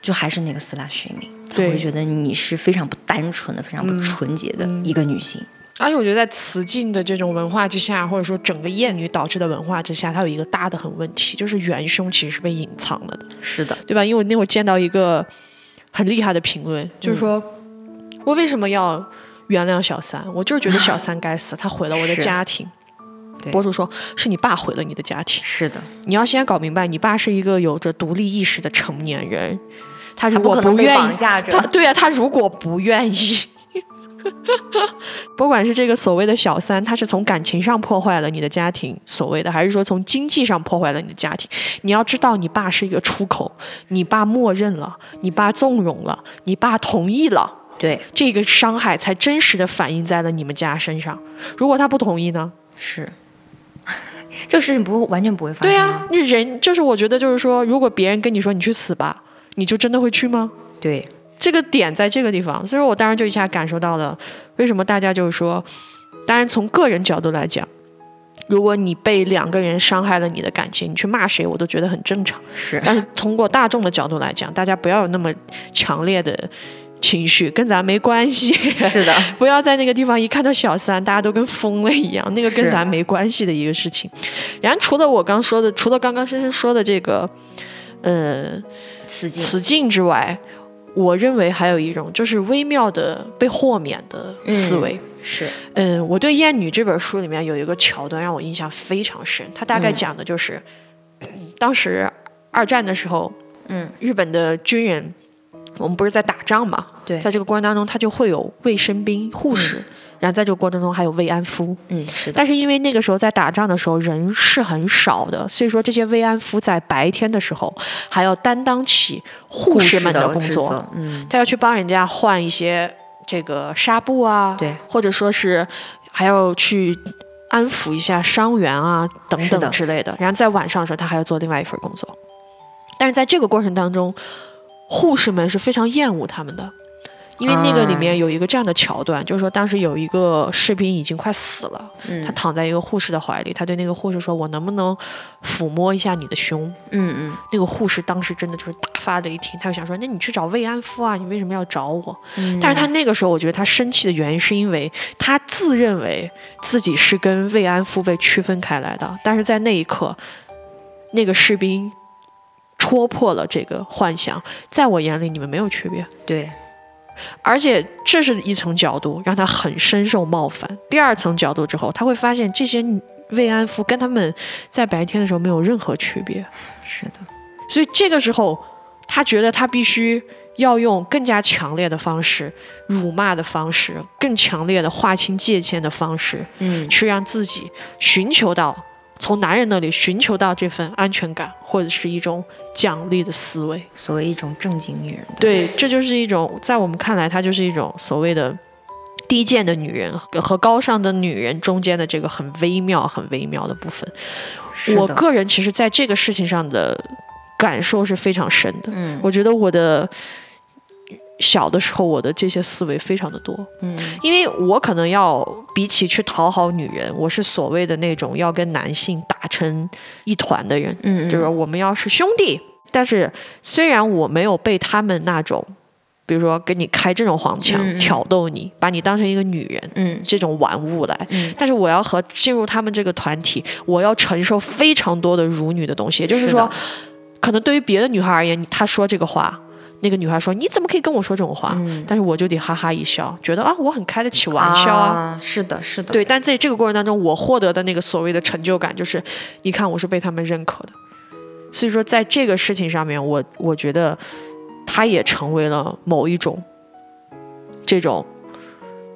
Speaker 1: 就还是那个 slash shaming，他
Speaker 2: 对嗯
Speaker 1: 会觉得你是非常不单纯的、非常不纯洁的一个女性。
Speaker 2: 而且我觉得在雌竞的这种文化之下，或者说整个厌女导致的文化之下，它有一个大的很问题，就是元凶其实是被隐藏了的。
Speaker 1: 是的，
Speaker 2: 对吧？因为我那会儿见到一个很厉害的评论，
Speaker 1: 嗯
Speaker 2: 就是说、我为什么要原谅小三？我就是觉得小三 该死，他毁了我的
Speaker 1: 是
Speaker 2: 家庭。
Speaker 1: 对
Speaker 2: 博主说：“是你爸毁了你的家庭，
Speaker 1: 是的，
Speaker 2: 你要先搞明白，你爸是一个有着独立意识的成年人，他
Speaker 1: 她
Speaker 2: 如
Speaker 1: 不
Speaker 2: 果
Speaker 1: 可能被
Speaker 2: 愿意
Speaker 1: 绑架
Speaker 2: 他
Speaker 1: 着。
Speaker 2: 对啊，他如果不愿意， 不管是这个所谓的小三，他是从感情上破坏了你的家庭，所谓的，还是说从经济上破坏了你的家庭？你要知道，你爸是一个出口，你爸默认了，你爸纵容了，你爸同意了。
Speaker 1: 对，
Speaker 2: 这个伤害才真实的反映在了你们家身上。如果他不同意呢？
Speaker 1: 是， 这个事情不会完全不会发生
Speaker 2: 对
Speaker 1: 的。
Speaker 2: 啊，那人就是我觉得就是说，如果别人跟你说你去死吧，你就真的会去吗？
Speaker 1: 对，
Speaker 2: 这个点在这个地方，所以我当然就一下感受到了为什么大家就是说，当然从个人角度来讲，如果你被两个人伤害了你的感情，你去骂谁，我都觉得很正常。
Speaker 1: 是
Speaker 2: 但是通过大众的角度来讲，大家不要有那么强烈的情绪，跟咱没关系。
Speaker 1: 是的，
Speaker 2: 不要在那个地方一看到小三，大家都跟疯了一样，那个跟
Speaker 1: 是
Speaker 2: 咱没关系的一个事情。然后除了我刚说的，除了刚刚深深说的这个，呃，
Speaker 1: 刺激
Speaker 2: 此境之外，我认为还有一种就是微妙的被豁免的
Speaker 1: 嗯
Speaker 2: 思维。
Speaker 1: 是
Speaker 2: 嗯，我对《艳女》这本书里面有一个桥段让我印象非常深，它大
Speaker 1: 嗯
Speaker 2: 概讲的就是，当时二战的时候，
Speaker 1: 嗯，
Speaker 2: 日本的军人，我们不是在打仗嘛，
Speaker 1: 对
Speaker 2: 在这个过程当中，他就会有卫生兵、护士，然后在这个过程中还有慰安妇，
Speaker 1: 嗯是的，
Speaker 2: 但是因为那个时候在打仗的时候人是很少的，所以说这些慰安妇在白天的时候还要担当起护士们
Speaker 1: 的
Speaker 2: 工
Speaker 1: 职
Speaker 2: 作，
Speaker 1: 责，嗯
Speaker 2: 他要去帮人家换一些这个纱布啊，
Speaker 1: 对，
Speaker 2: 或者说是还要去安抚一下伤员啊等
Speaker 1: 是的
Speaker 2: 等之类的。然后在晚上的时候，他还要做另外一份工作。但是在这个过程当中，护士们是非常厌恶他们的。因为那个里
Speaker 1: 哎
Speaker 2: 面有一个这样的桥段，就是说当时有一个士兵已经快死了，他
Speaker 1: 嗯
Speaker 2: 躺在一个护士的怀里，他对那个护士说：“我能不能抚摸一下你的胸？”
Speaker 1: 嗯
Speaker 2: 那个护士当时真的就是大发雷霆，他就想说：“那你去找慰安妇啊，你为什么要找我？”
Speaker 1: 嗯，
Speaker 2: 但是他那个时候，我觉得他生气的原因是因为他自认为自己是跟慰安妇被区分开来的，但是在那一刻，那个士兵戳破了这个幻想，在我眼里你们没有区别。
Speaker 1: 对
Speaker 2: 而且这是一层角度，让他很深受冒犯。第二层角度之后，他会发现这些慰安妇跟他们在白天的时候没有任何区别。
Speaker 1: 是的，
Speaker 2: 所以这个时候，他觉得他必须要用更加强烈的方式、辱骂的方式、更强烈的划清界限的方式，
Speaker 1: 嗯
Speaker 2: 去让自己寻求到从男人那里寻求到这份安全感，或者是一种奖励的思维。
Speaker 1: 所谓一种正经女人的
Speaker 2: 对，这就是一种在我们看来，它就是一种所谓的低贱的女人和高尚的女人中间的这个很微妙、很微妙的部分。
Speaker 1: 是
Speaker 2: 我
Speaker 1: 的
Speaker 2: 个人其实在这个事情上的感受是非常深的。
Speaker 1: 嗯
Speaker 2: 我觉得我的小的时候，我的这些思维非常的多，
Speaker 1: 嗯
Speaker 2: 因为我可能要比起去讨好女人，我是所谓的那种要跟男性打成一团的人。
Speaker 1: 嗯
Speaker 2: 就是我们要是兄弟，但是虽然我没有被他们那种，比如说跟你开这种黄腔、
Speaker 1: 嗯嗯
Speaker 2: 挑逗你，把你当成一个女人
Speaker 1: 嗯
Speaker 2: 这种玩物来，
Speaker 1: 嗯
Speaker 2: 但是我要和进入他们这个团体，我要承受非常多的辱女的东西，也就是
Speaker 1: 是
Speaker 2: 说
Speaker 1: 的，
Speaker 2: 可能对于别的女孩而言，你她说这个话。那个女孩说：“你怎么可以跟我说这种话？”
Speaker 1: 嗯
Speaker 2: 但是我就得哈哈一笑，觉得啊，我很开得起玩笑啊，
Speaker 1: 啊，是的是的，
Speaker 2: 对，但在这个过程当中，我获得的那个所谓的成就感，就是你看我是被他们认可的。所以说，在这个事情上面，我我觉得它也成为了某一种这种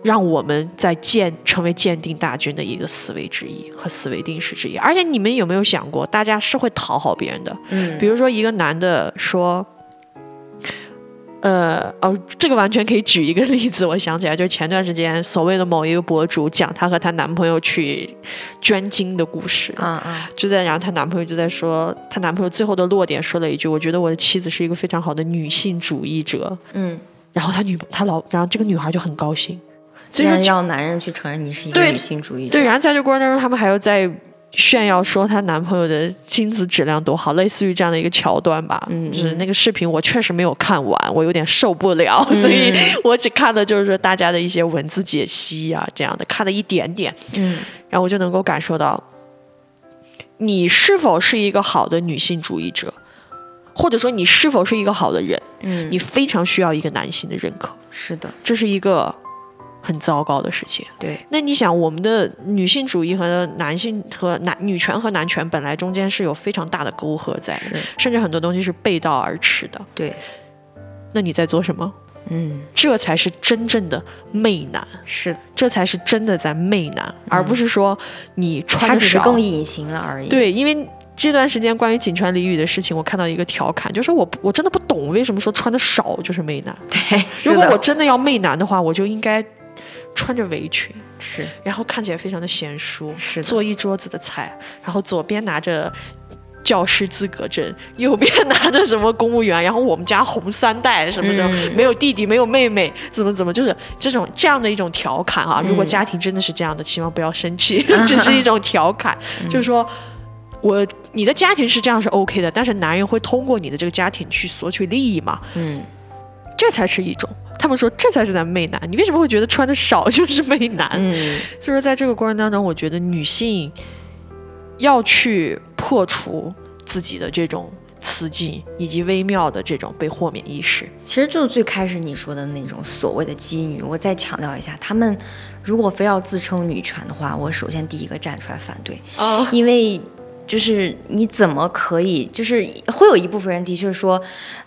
Speaker 2: 让我们在鉴成为鉴定大军的一个思维之一和思维定式之一。而且你们有没有想过，大家是会讨好别人的？
Speaker 1: 嗯
Speaker 2: 比如说，一个男的说。呃，哦，这个完全可以举一个例子，我想起来，就是前段时间所谓的某一个博主讲她和她男朋友去捐精的故事，
Speaker 1: 啊啊
Speaker 2: 就在然后她男朋友就在说，她男朋友最后的落点说了一句，我觉得我的妻子是一个非常好的女性主义者，
Speaker 1: 嗯，
Speaker 2: 然后她女她老，然后这个女孩就很高兴，
Speaker 1: 既
Speaker 2: 所以说
Speaker 1: 然
Speaker 2: 这
Speaker 1: 让男人去承认你是一个
Speaker 2: 对
Speaker 1: 女性主义者，
Speaker 2: 对，然后在这过程当中，他们还有在炫耀说她男朋友的精子质量多好，类似于这样的一个桥段吧。
Speaker 1: 嗯
Speaker 2: 就是那个视频我确实没有看 完，我有点受不了，所以
Speaker 1: 嗯
Speaker 2: 我只看了就是大家的一些文字解析啊这样的，看了一点点，
Speaker 1: 嗯
Speaker 2: 然后我就能够感受到，你是否是一个好的女性主义者，或者说你是否是一个好的人，
Speaker 1: 嗯，
Speaker 2: 你非常需要一个男性的认可，
Speaker 1: 是的，
Speaker 2: 这是一个很糟糕的事情。
Speaker 1: 对
Speaker 2: 那你想，我们的女性主义和男性和男女权和男权本来中间是有非常大的沟壑在的，
Speaker 1: 是，
Speaker 2: 甚至很多东西是背道而驰的。
Speaker 1: 对，
Speaker 2: 那你在做什么？
Speaker 1: 嗯
Speaker 2: 这才是真正的媚男，
Speaker 1: 是，
Speaker 2: 这才是真的在媚男，而不是说你
Speaker 1: 嗯
Speaker 2: 穿
Speaker 1: 他
Speaker 2: 的
Speaker 1: 只是
Speaker 2: 少。
Speaker 1: 更隐形了而已，
Speaker 2: 对， 因为这段时间关于井川里羽的事情，我看到一个调侃，就是我不我真的不懂为什么说穿的少就是媚男。
Speaker 1: 对，是
Speaker 2: 如果
Speaker 1: 的
Speaker 2: 我真的要媚男的话，我就应该穿着围裙，
Speaker 1: 是
Speaker 2: 然后看起来非常的娴熟，
Speaker 1: 是的
Speaker 2: 做一桌子的菜，然后左边拿着教师资格证，右边拿着什么公务员，然后我们家红三代什么什么，
Speaker 1: 嗯
Speaker 2: 没有弟弟，没有妹妹，怎么怎么，就是这种这样的一种调侃啊。如果
Speaker 1: 嗯
Speaker 2: 家庭真的是这样的，千万不要生 气，只是一种调侃，
Speaker 1: 嗯
Speaker 2: 就是说。我你的家庭是这样是 OK 的，但是男人会通过你的这个家庭去索取利益嘛？
Speaker 1: 嗯，
Speaker 2: 这才是一种。他们说这才是咱们媚男，你为什么会觉得穿的少就是媚男？
Speaker 1: 嗯
Speaker 2: 就是在这个过程当中，我觉得女性要去破除自己的这种雌竞以及微妙的这种被豁免意识。
Speaker 1: 其实就是最开始你说的那种所谓的基女，我再强调一下，她们如果非要自称女权的话，我首先第一个站出来反对，
Speaker 2: 啊、
Speaker 1: 因为就是你怎么可以，就是会有一部分人的确说，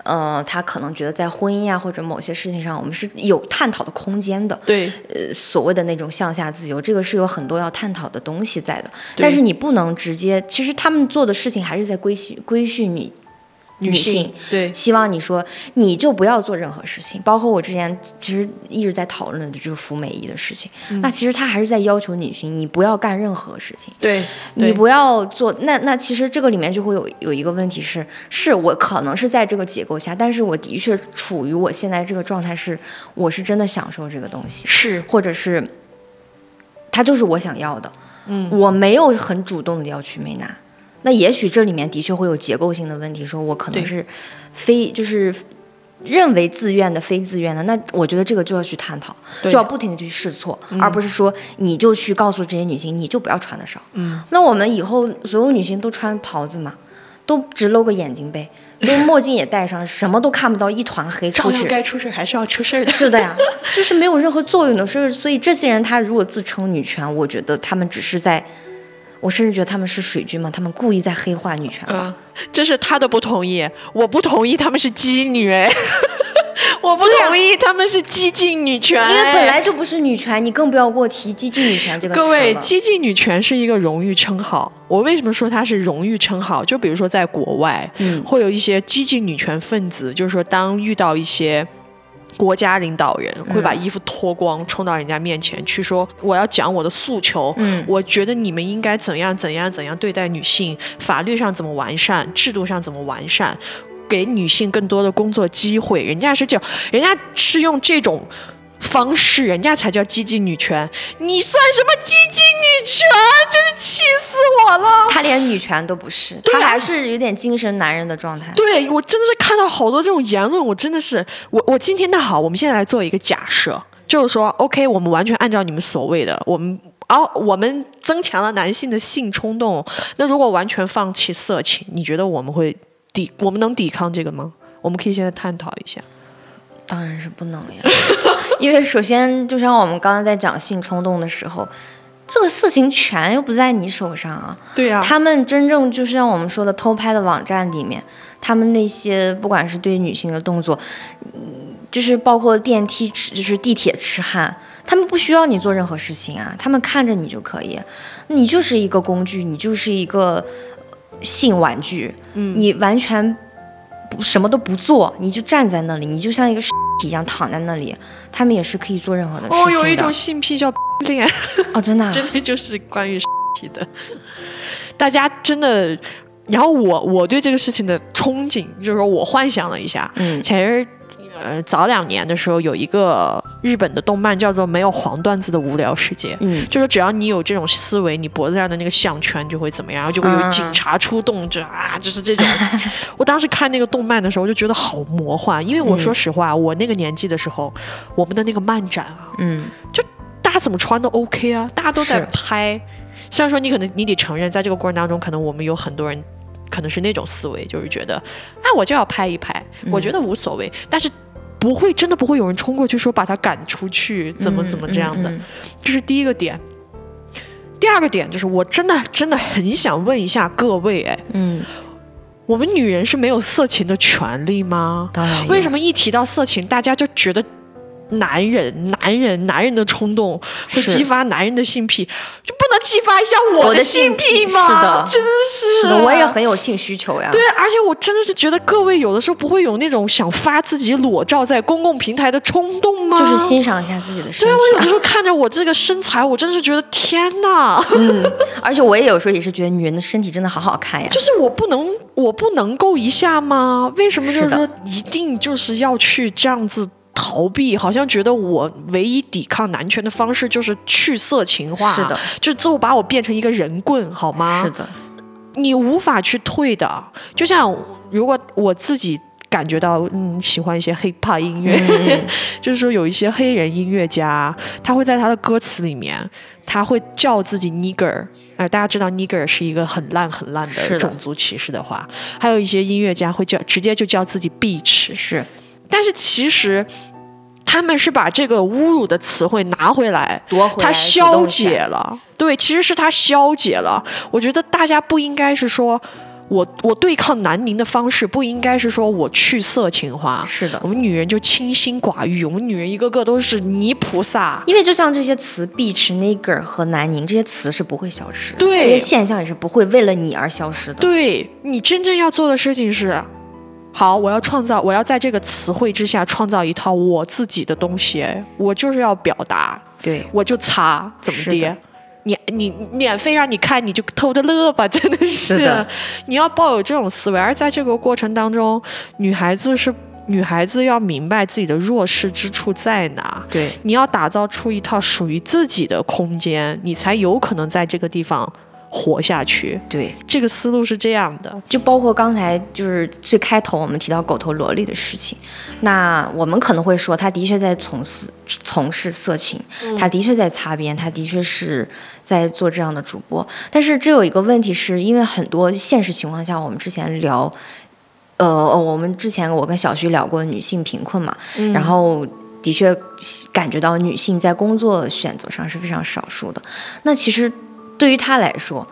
Speaker 1: 呃，他可能觉得在婚姻啊或者某些事情上，我们是有探讨的空间的，
Speaker 2: 对
Speaker 1: 呃，所谓的那种向下自由，这个是有很多要探讨的东西在的，
Speaker 2: 对
Speaker 1: 但是你不能直接，其实他们做的事情还是在规训规训你
Speaker 2: 女
Speaker 1: 性。
Speaker 2: 对
Speaker 1: 希望你说你就不要做任何事情，包括我之前其实一直在讨论的就是服美役的事情。那其实他还是在要求女性，你不要干任何事情，
Speaker 2: 对，
Speaker 1: 你不要做。那那其实这个里面就会有有一个问题是，是我可能是在这个结构下，但是我的确处于我现在这个状态是，我是真的享受这个东西，
Speaker 2: 是
Speaker 1: 或者是它就是我想要的，嗯，我没有很主动的要去美男。那也许这里面的确会有结构性的问题，说我可
Speaker 2: 对
Speaker 1: 能是非就是认为自愿的、非自愿的，那我觉得这个就要去探讨，
Speaker 2: 对
Speaker 1: 就要不停的去试错，而不是说你就去告诉这些女性你就不要穿的少。嗯，那我们以后所有女性都穿袍子嘛，都只露个眼睛呗，都墨镜也戴上，什么都看不到，一团黑
Speaker 2: 照
Speaker 1: 出
Speaker 2: 样
Speaker 1: 去，
Speaker 2: 该出事儿还是要出 事儿 的。
Speaker 1: 是的呀，这是没有任何作用的。所以，所以这些人他如果自称女权，我觉得他们只是在，我甚至觉得他们是水军嘛，他们故意在黑化女权吧。
Speaker 2: 嗯，这是他的不同意，我不同意他们是基女哎， 我不同意他们是激进女权，哎
Speaker 1: 因为本来就不是女权，你更不要给我提激进女权这个词
Speaker 2: 各位，
Speaker 1: 了。
Speaker 2: 激进女权是一个荣誉称号。我为什么说它是荣誉称号？就比如说在国外，
Speaker 1: 嗯
Speaker 2: 会有一些激进女权分子，就是说当遇到一些。国家领导人会把衣服脱光，冲到人家面前去说：“我要讲我的诉求，
Speaker 1: 嗯
Speaker 2: 我觉得你们应该怎样怎样怎样对待女性，法律上怎么完善，制度上怎么完善，给女性更多的工作机会。”人家是这种，人家是用这种方式，人家才叫激进女权。你算什么激进女权？真是气死我了！
Speaker 1: 他连女权都不是，
Speaker 2: 对
Speaker 1: 他
Speaker 2: 啊
Speaker 1: 还是有点精神男人的状态。
Speaker 2: 对我真的是看到好多这种言论，我真的是我我今天那好，我们现在来做一个假设，就是说，OK，我们完全按照你们所谓的，我们哦，我们增强了男性的性冲动。那如果完全放弃色情，你觉得我们会抵我们能抵抗这个吗？我们可以现在探讨一下。
Speaker 1: 当然是不能呀， 因为首先就像我们刚才在讲性冲动的时候，这个事情权又不在你手上啊。
Speaker 2: 对呀、
Speaker 1: 他们真正就像我们说的偷拍的网站里面，他们那些不管是对女性的动作，嗯就是包括电梯痴，就是地铁痴汉，他们不需要你做任何事情啊，他们看着你就可以，你就是一个工具，你就是一个性玩具，
Speaker 2: 嗯
Speaker 1: 你完全不什么都不做，你就站在那里，你就像一个一样躺在那里，他们也是可以做任何的事情的。
Speaker 2: 哦，有一种性癖叫 恋，
Speaker 1: 哦，真的啊、
Speaker 2: 真的就是关于 体的。大家真的，然后我我对这个事情的憧憬，就是说我幻想了一下，
Speaker 1: 嗯
Speaker 2: 前日呃早两年的时候，有一个日本的动漫叫做《没有黄段子的无聊世界》。
Speaker 1: 嗯，
Speaker 2: 就是只要你有这种思维，你脖子上的那个项圈就会怎么样，然后就会有
Speaker 1: 啊
Speaker 2: 警察出动，就啊，就是这种。我当时看那个动漫的时候，我就觉得好魔幻，因为我说实话，我那个年纪的时候，我们的那个漫展啊，
Speaker 1: 嗯，
Speaker 2: 大家怎么穿都 OK 啊，大家都在
Speaker 1: 是
Speaker 2: 拍。虽然说你可能你得承认，在这个过程当中，可能我们有很多人可能是那种思维，就是觉得啊，我就要拍一拍，
Speaker 1: 嗯
Speaker 2: 我觉得无所谓，但是。不会，真的不会有人冲过去说把他赶出去，怎么怎么这样的，
Speaker 1: 嗯嗯
Speaker 2: 这是第一个点。第二个点就是，我真的真的很想问一下各位，哎，
Speaker 1: 嗯，嗯
Speaker 2: 我们女人是没有色情的权利吗？
Speaker 1: 当然有，
Speaker 2: 为什么一提到色情，大家就觉得男人、男人、男人的冲动，会
Speaker 1: 是
Speaker 2: 激发男人的性癖，就不能激发一下
Speaker 1: 我
Speaker 2: 的
Speaker 1: 的
Speaker 2: 性
Speaker 1: 性
Speaker 2: 癖
Speaker 1: 癖
Speaker 2: 吗？
Speaker 1: 是的
Speaker 2: 真是
Speaker 1: 是的，我也很有性需求呀。
Speaker 2: 对，而且我真的是觉得各位有的时候不会有那种想发自己裸照在公共平台的冲动吗？
Speaker 1: 就是欣赏一下自己的身
Speaker 2: 对啊，
Speaker 1: 体。
Speaker 2: 我有的时候看着我这个身材，我真的是觉得天呐，
Speaker 1: 嗯而且我也有时候也是觉得女人的身体真的好好看呀
Speaker 2: 就。是我不能，我不能够一下吗？为什么就是
Speaker 1: 是的
Speaker 2: 说一定就是要去这样子逃避？好像觉得我唯一抵抗男权的方式就是去色情化，啊
Speaker 1: 是的，
Speaker 2: 就最后把我变成一个人棍，好吗？
Speaker 1: 是啊的，
Speaker 2: 你无法去退的。就像如果我自己感觉到，嗯，喜欢一些 hiphop 音乐， 就是说有一些黑人音乐家，他会在他的歌词里面，他会叫自己 nigger。哎，大家知道 nigger 是一个很烂很烂
Speaker 1: 是
Speaker 2: 的
Speaker 1: 的
Speaker 2: 种族歧视的话，还有一些音乐家会叫直接就叫自己 bitch，
Speaker 1: 是
Speaker 2: 但是其实他们是把这个侮辱的词汇拿回来，
Speaker 1: 夺回来
Speaker 2: 他
Speaker 1: 主
Speaker 2: 消
Speaker 1: 动
Speaker 2: 解
Speaker 1: 权
Speaker 2: 了，对，其实是他消解了。我觉得大家不应该是说我我对抗南宁的方式，不应该是说我去色情化。
Speaker 1: 是的
Speaker 2: 我，们女人就清心寡欲，我们女人一个个都是泥菩萨。
Speaker 1: 因为就像这些词 beach、nigger 和南宁这些词是不会消失的，
Speaker 2: 对
Speaker 1: 这些现象也是不会为了你而消失的。
Speaker 2: 对你真正要做的事情是，好，我要创造，我要在这个词汇之下创造一套我自己的东西，我就是要表达，
Speaker 1: 对，
Speaker 2: 我就擦，怎么
Speaker 1: 是
Speaker 2: 的
Speaker 1: 的？
Speaker 2: 你你免费让你看，你就偷着乐吧， 真的是。
Speaker 1: 是的
Speaker 2: 你要抱有这种思维，而在这个过程当中，女孩子是女孩子要明白自己的弱势之处在哪。
Speaker 1: 对，
Speaker 2: 你要打造出一套属于自己的空间，你才有可能在这个地方活下去。
Speaker 1: 对，
Speaker 2: 这个思路是这样的，
Speaker 1: 就包括刚才就是最开头我们提到狗头萝莉的事情，那我们可能会说，他的确在从事从事色情，
Speaker 2: 嗯
Speaker 1: 他的确在擦边，他的确是在做这样的主播。但是这有一个问题是，因为很多现实情况下，我们之前聊，呃，我们之前我跟小徐聊过女性贫困嘛，
Speaker 2: 嗯
Speaker 1: 然后。的确感觉到女性在工作选择上是非常少数的。那其实对于她来说，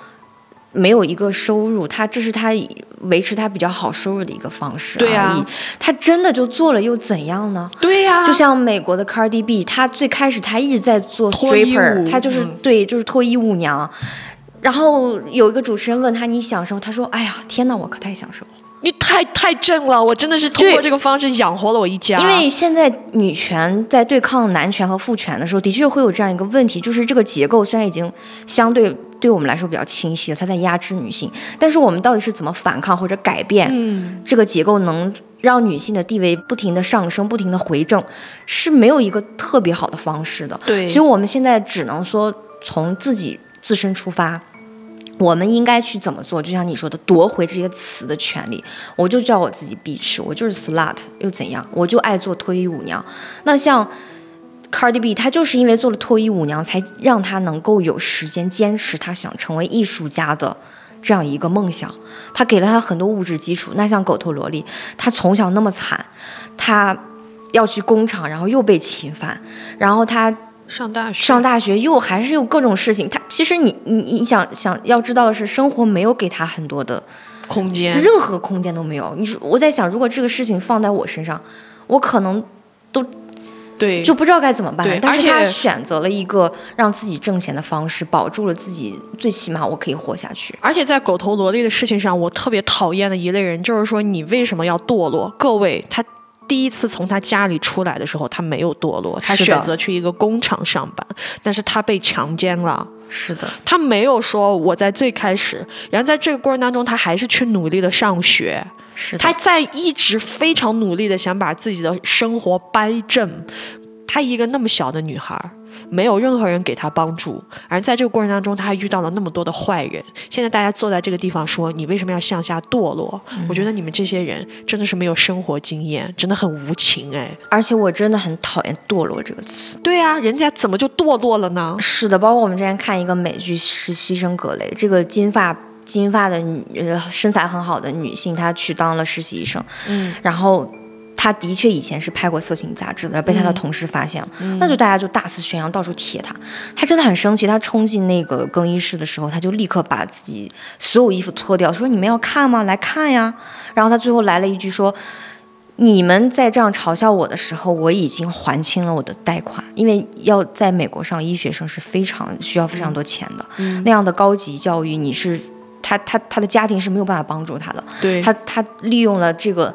Speaker 1: 没有一个收入，他这是他以维持他比较好收入的一个方式
Speaker 2: 对啊
Speaker 1: 而已。他真的就做了又怎样呢？
Speaker 2: 对呀、
Speaker 1: 就像美国的 Cardi B，他最开始他一直在做
Speaker 2: 脱衣舞
Speaker 1: stripper，他就是、
Speaker 2: 嗯
Speaker 1: 对，就是脱衣舞娘。然后有一个主持人问他你享受，他说：“哎呀，天呐，我可太享受了。
Speaker 2: 你太太正了，我真的是通过
Speaker 1: 对
Speaker 2: 这个方式养活了我一家。
Speaker 1: 因为现在女权在对抗男权和父权的时候，的确会有这样一个问题，就是这个结构虽然已经相对对我们来说比较清晰了，它在压制女性，但是我们到底是怎么反抗或者改变
Speaker 2: 嗯
Speaker 1: 这个结构，能让女性的地位不停的上升、不停的回正，是没有一个特别好的方式的。
Speaker 2: 对
Speaker 1: 所以我们现在只能说从自己自身出发。我们应该去怎么做？就像你说的，夺回这些词的权利。我就叫我自己 bitch，我就是 slut 又怎样？我就爱做脱衣舞娘。那像 Cardi B，她就是因为做了脱衣舞娘，才让她能够有时间坚持她想成为艺术家的这样一个梦想。她给了她很多物质基础。那像狗头萝莉，她从小那么惨，她要去工厂，然后又被侵犯，然后她
Speaker 2: 上大学
Speaker 1: 上大学又还是有各种事情。她其实你你你想想要知道的是，生活没有给她很多的。
Speaker 2: 空间
Speaker 1: 任何空间都没有。你说我在想，如果这个事情放在我身上，我可能
Speaker 2: 对
Speaker 1: 就不知道该怎么办
Speaker 2: 对。
Speaker 1: 但是
Speaker 2: 而且
Speaker 1: 他选择了一个让自己挣钱的方式，保住了自己，最起码我可以活下去。
Speaker 2: 而且在狗头萝莉的事情上，我特别讨厌的一类人就是说，你为什么要堕落？各位，他第一次从他家里出来的时候，他没有堕落，他
Speaker 1: 是的
Speaker 2: 选择去一个工厂上班，但是他被强奸了。
Speaker 1: 是的，
Speaker 2: 他没有说我在最开始，然后在这个过程当中，他还是去努力的上学，
Speaker 1: 是的，
Speaker 2: 他在一直非常努力的想把自己的生活掰正。她一个那么小的女孩儿，没有任何人给她帮助，而在这个过程当中，她还遇到了那么多的坏人。现在大家坐在这个地方说你为什么要向下堕落？我觉得你们这些人真的是没有生活经验，真的很无情哎。
Speaker 1: 而且我真的很讨厌“堕落”这个词。
Speaker 2: 对啊，人家怎么就堕落了呢？
Speaker 1: 是的，包括我们之前看一个美剧《实习生格雷》，这个金发。金发的女，呃身材很好的女性，她去当了实习医生，
Speaker 2: 嗯，
Speaker 1: 然后她的确以前是拍过色情杂志的，被她的同事发现了，那就大家就大肆宣扬，到处贴她。她真的很生气，她冲进那个更衣室的时候，她就立刻把自己所有衣服脱掉，说：“你们要看吗？来看呀！”然后她最后来了一句说。你们在这样嘲笑我的时候，我已经还清了我的贷款，因为要在美国上医学生是非常需要非常多钱的，那样的高级教育，你是他他他的家庭是没有办法帮助他的，
Speaker 2: 对
Speaker 1: 他他利用了这个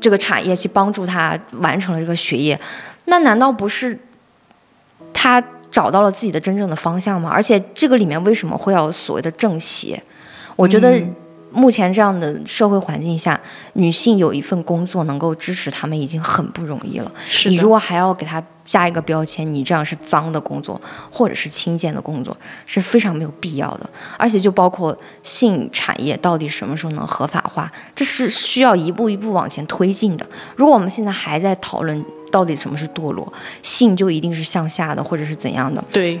Speaker 1: 这个产业去帮助他完成了这个学业，那难道不是他找到了自己的真正的方向吗？而且这个里面为什么会要有所谓的正邪？我觉得目前这样的社会环境下，女性有一份工作能够支持她们已经很不容易了。
Speaker 2: 是
Speaker 1: 你
Speaker 2: 的
Speaker 1: 如果还要给她加一个标签，你这样是脏的工作，或者是轻贱的工作，是非常没有必要的。而且就包括性产业到底什么时候能合法化，这是需要一步一步往前推进的。如果我们现在还在讨论到底什么是堕落，性就一定是向下的，或者是怎样的，
Speaker 2: 对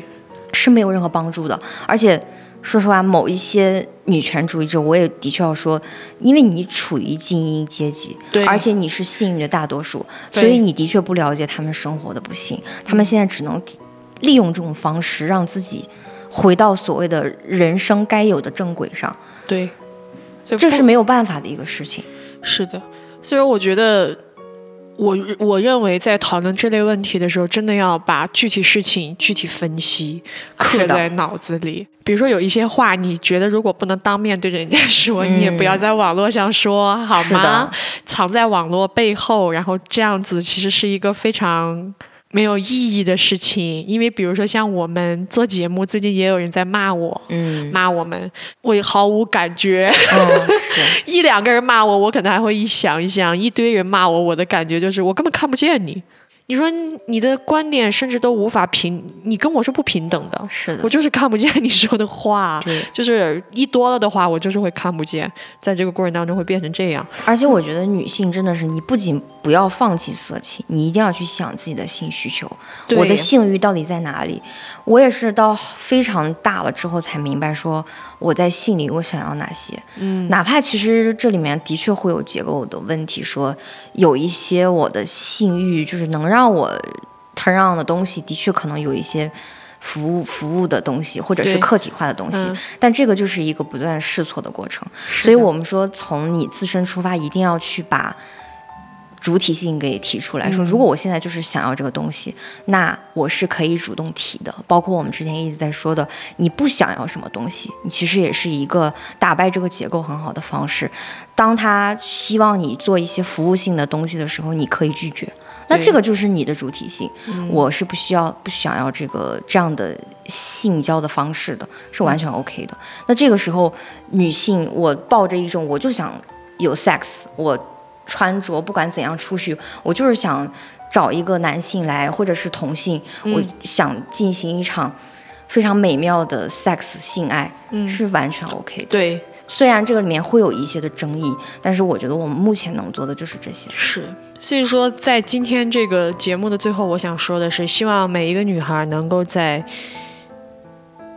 Speaker 1: 是没有任何帮助的。而且说实话，某一些女权主义者，我也的确要说，因为你处于精英阶级，
Speaker 2: 对，
Speaker 1: 而且你是幸运的大多数，
Speaker 2: 对
Speaker 1: 所以你的确不了解他们生活的不幸，他们现在只能利用这种方式让自己。回到所谓的人生该有的正轨上，
Speaker 2: 对，所以
Speaker 1: 这
Speaker 2: 不
Speaker 1: 是没有办法的一个事情。
Speaker 2: 是的，所以我觉得我我认为在讨论这类问题的时候，真的要把具体事情具体分析，
Speaker 1: 是
Speaker 2: 刻
Speaker 1: 的
Speaker 2: 在脑子里。比如说有一些话，你觉得如果不能当面对 着人家说，你也不要在网络上说，好
Speaker 1: 嗯是的
Speaker 2: 吗？藏在网络背后，然后这样子其实是一个非常。没有意义的事情，因为比如说像我们做节目，最近也有人在骂我，
Speaker 1: 嗯，
Speaker 2: 骂我们，我也毫无感觉。
Speaker 1: 嗯，是，
Speaker 2: 一两个人骂我，我可能还会一想一想；一堆人骂我，我的感觉就是我根本看不见你。你说你的观点甚至都无法平，你跟我是不平等的，
Speaker 1: 是的
Speaker 2: 我，就是看不见你说的话
Speaker 1: 对。
Speaker 2: 就是 一多了的话，我就是会看不见，在这个过程当中会变成这样。
Speaker 1: 而且我觉得女性真的是，你不仅不要放弃色情，你一定要去想自己的性需求，
Speaker 2: 对
Speaker 1: 我的性欲到底在哪里？我也是到非常大了之后才明白，说我在性里我想要哪些。嗯，哪怕其实这里面的确会有结构的问题，说有一些我的性欲就是能让我 turn on 的东西，的确可能有一些。服务服务的东西，或者是
Speaker 2: 对
Speaker 1: 客体化的东西，
Speaker 2: 嗯
Speaker 1: 但这个就是一个不断试错的过程。所以我们说，从你自身出发，一定要去把主体性给提出来。说，如果我现在就是想要这个东西，那我是可以主动提的。包括我们之前一直在说的，你不想要什么东西，你其实也是一个打败这个结构很好的方式。当他希望你做一些服务性的东西的时候，你可以拒绝。那
Speaker 2: 对
Speaker 1: 这个就是你的主体性，我是不需要不想要这个这样的性交的方式的，是完全 OK 的。那这个时候，女性我抱着一种我就想有 sex，我穿着不管怎样出去，我就是想找一个男性来，或者是同性，我想进行一场非常美妙的 sex 性爱，是完全 OK 的。
Speaker 2: 对，
Speaker 1: 虽然这个里面会有一些的争议，但是我觉得我们目前能做的就是这些。
Speaker 2: 是，所以说在今天这个节目的最后，我想说的是，希望每一个女孩能够在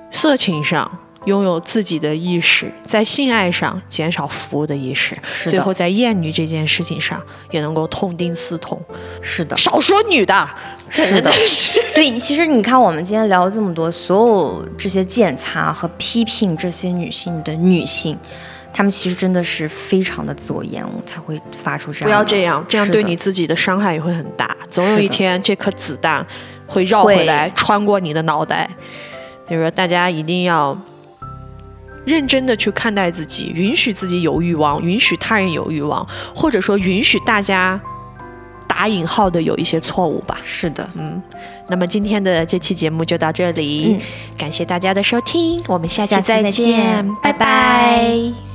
Speaker 2: 色情上拥有自己的意识，在性爱上减少服务的意识，
Speaker 1: 是
Speaker 2: 最后
Speaker 1: 的，
Speaker 2: 在厌女这件事情上也能够痛定思痛，
Speaker 1: 是的，
Speaker 2: 少说女的，
Speaker 1: 是 的
Speaker 2: 真是
Speaker 1: 对。其实你看，我们今天聊了这么多，所有这些践踏和批评这些女性的女性，她们其实真的是非常的自我厌恶，才会发出这样的。
Speaker 2: 不要这样，这样
Speaker 1: 是
Speaker 2: 对
Speaker 1: 的
Speaker 2: 你自己的伤害也会很大，总有
Speaker 1: 是
Speaker 2: 一
Speaker 1: 的
Speaker 2: 天这颗子弹会绕
Speaker 1: 会
Speaker 2: 回来，穿过你的脑袋。所以说，大家一定要认真的去看待自己，允许自己有欲望，允许他人有欲望，或者说允许大家打引号的有一些错误吧。
Speaker 1: 是的，
Speaker 2: 那么今天的这期节目就到这里，
Speaker 1: 嗯
Speaker 2: 感谢大家的收听，我们下期
Speaker 1: 下次再
Speaker 2: 见，
Speaker 1: 见拜拜
Speaker 2: 拜拜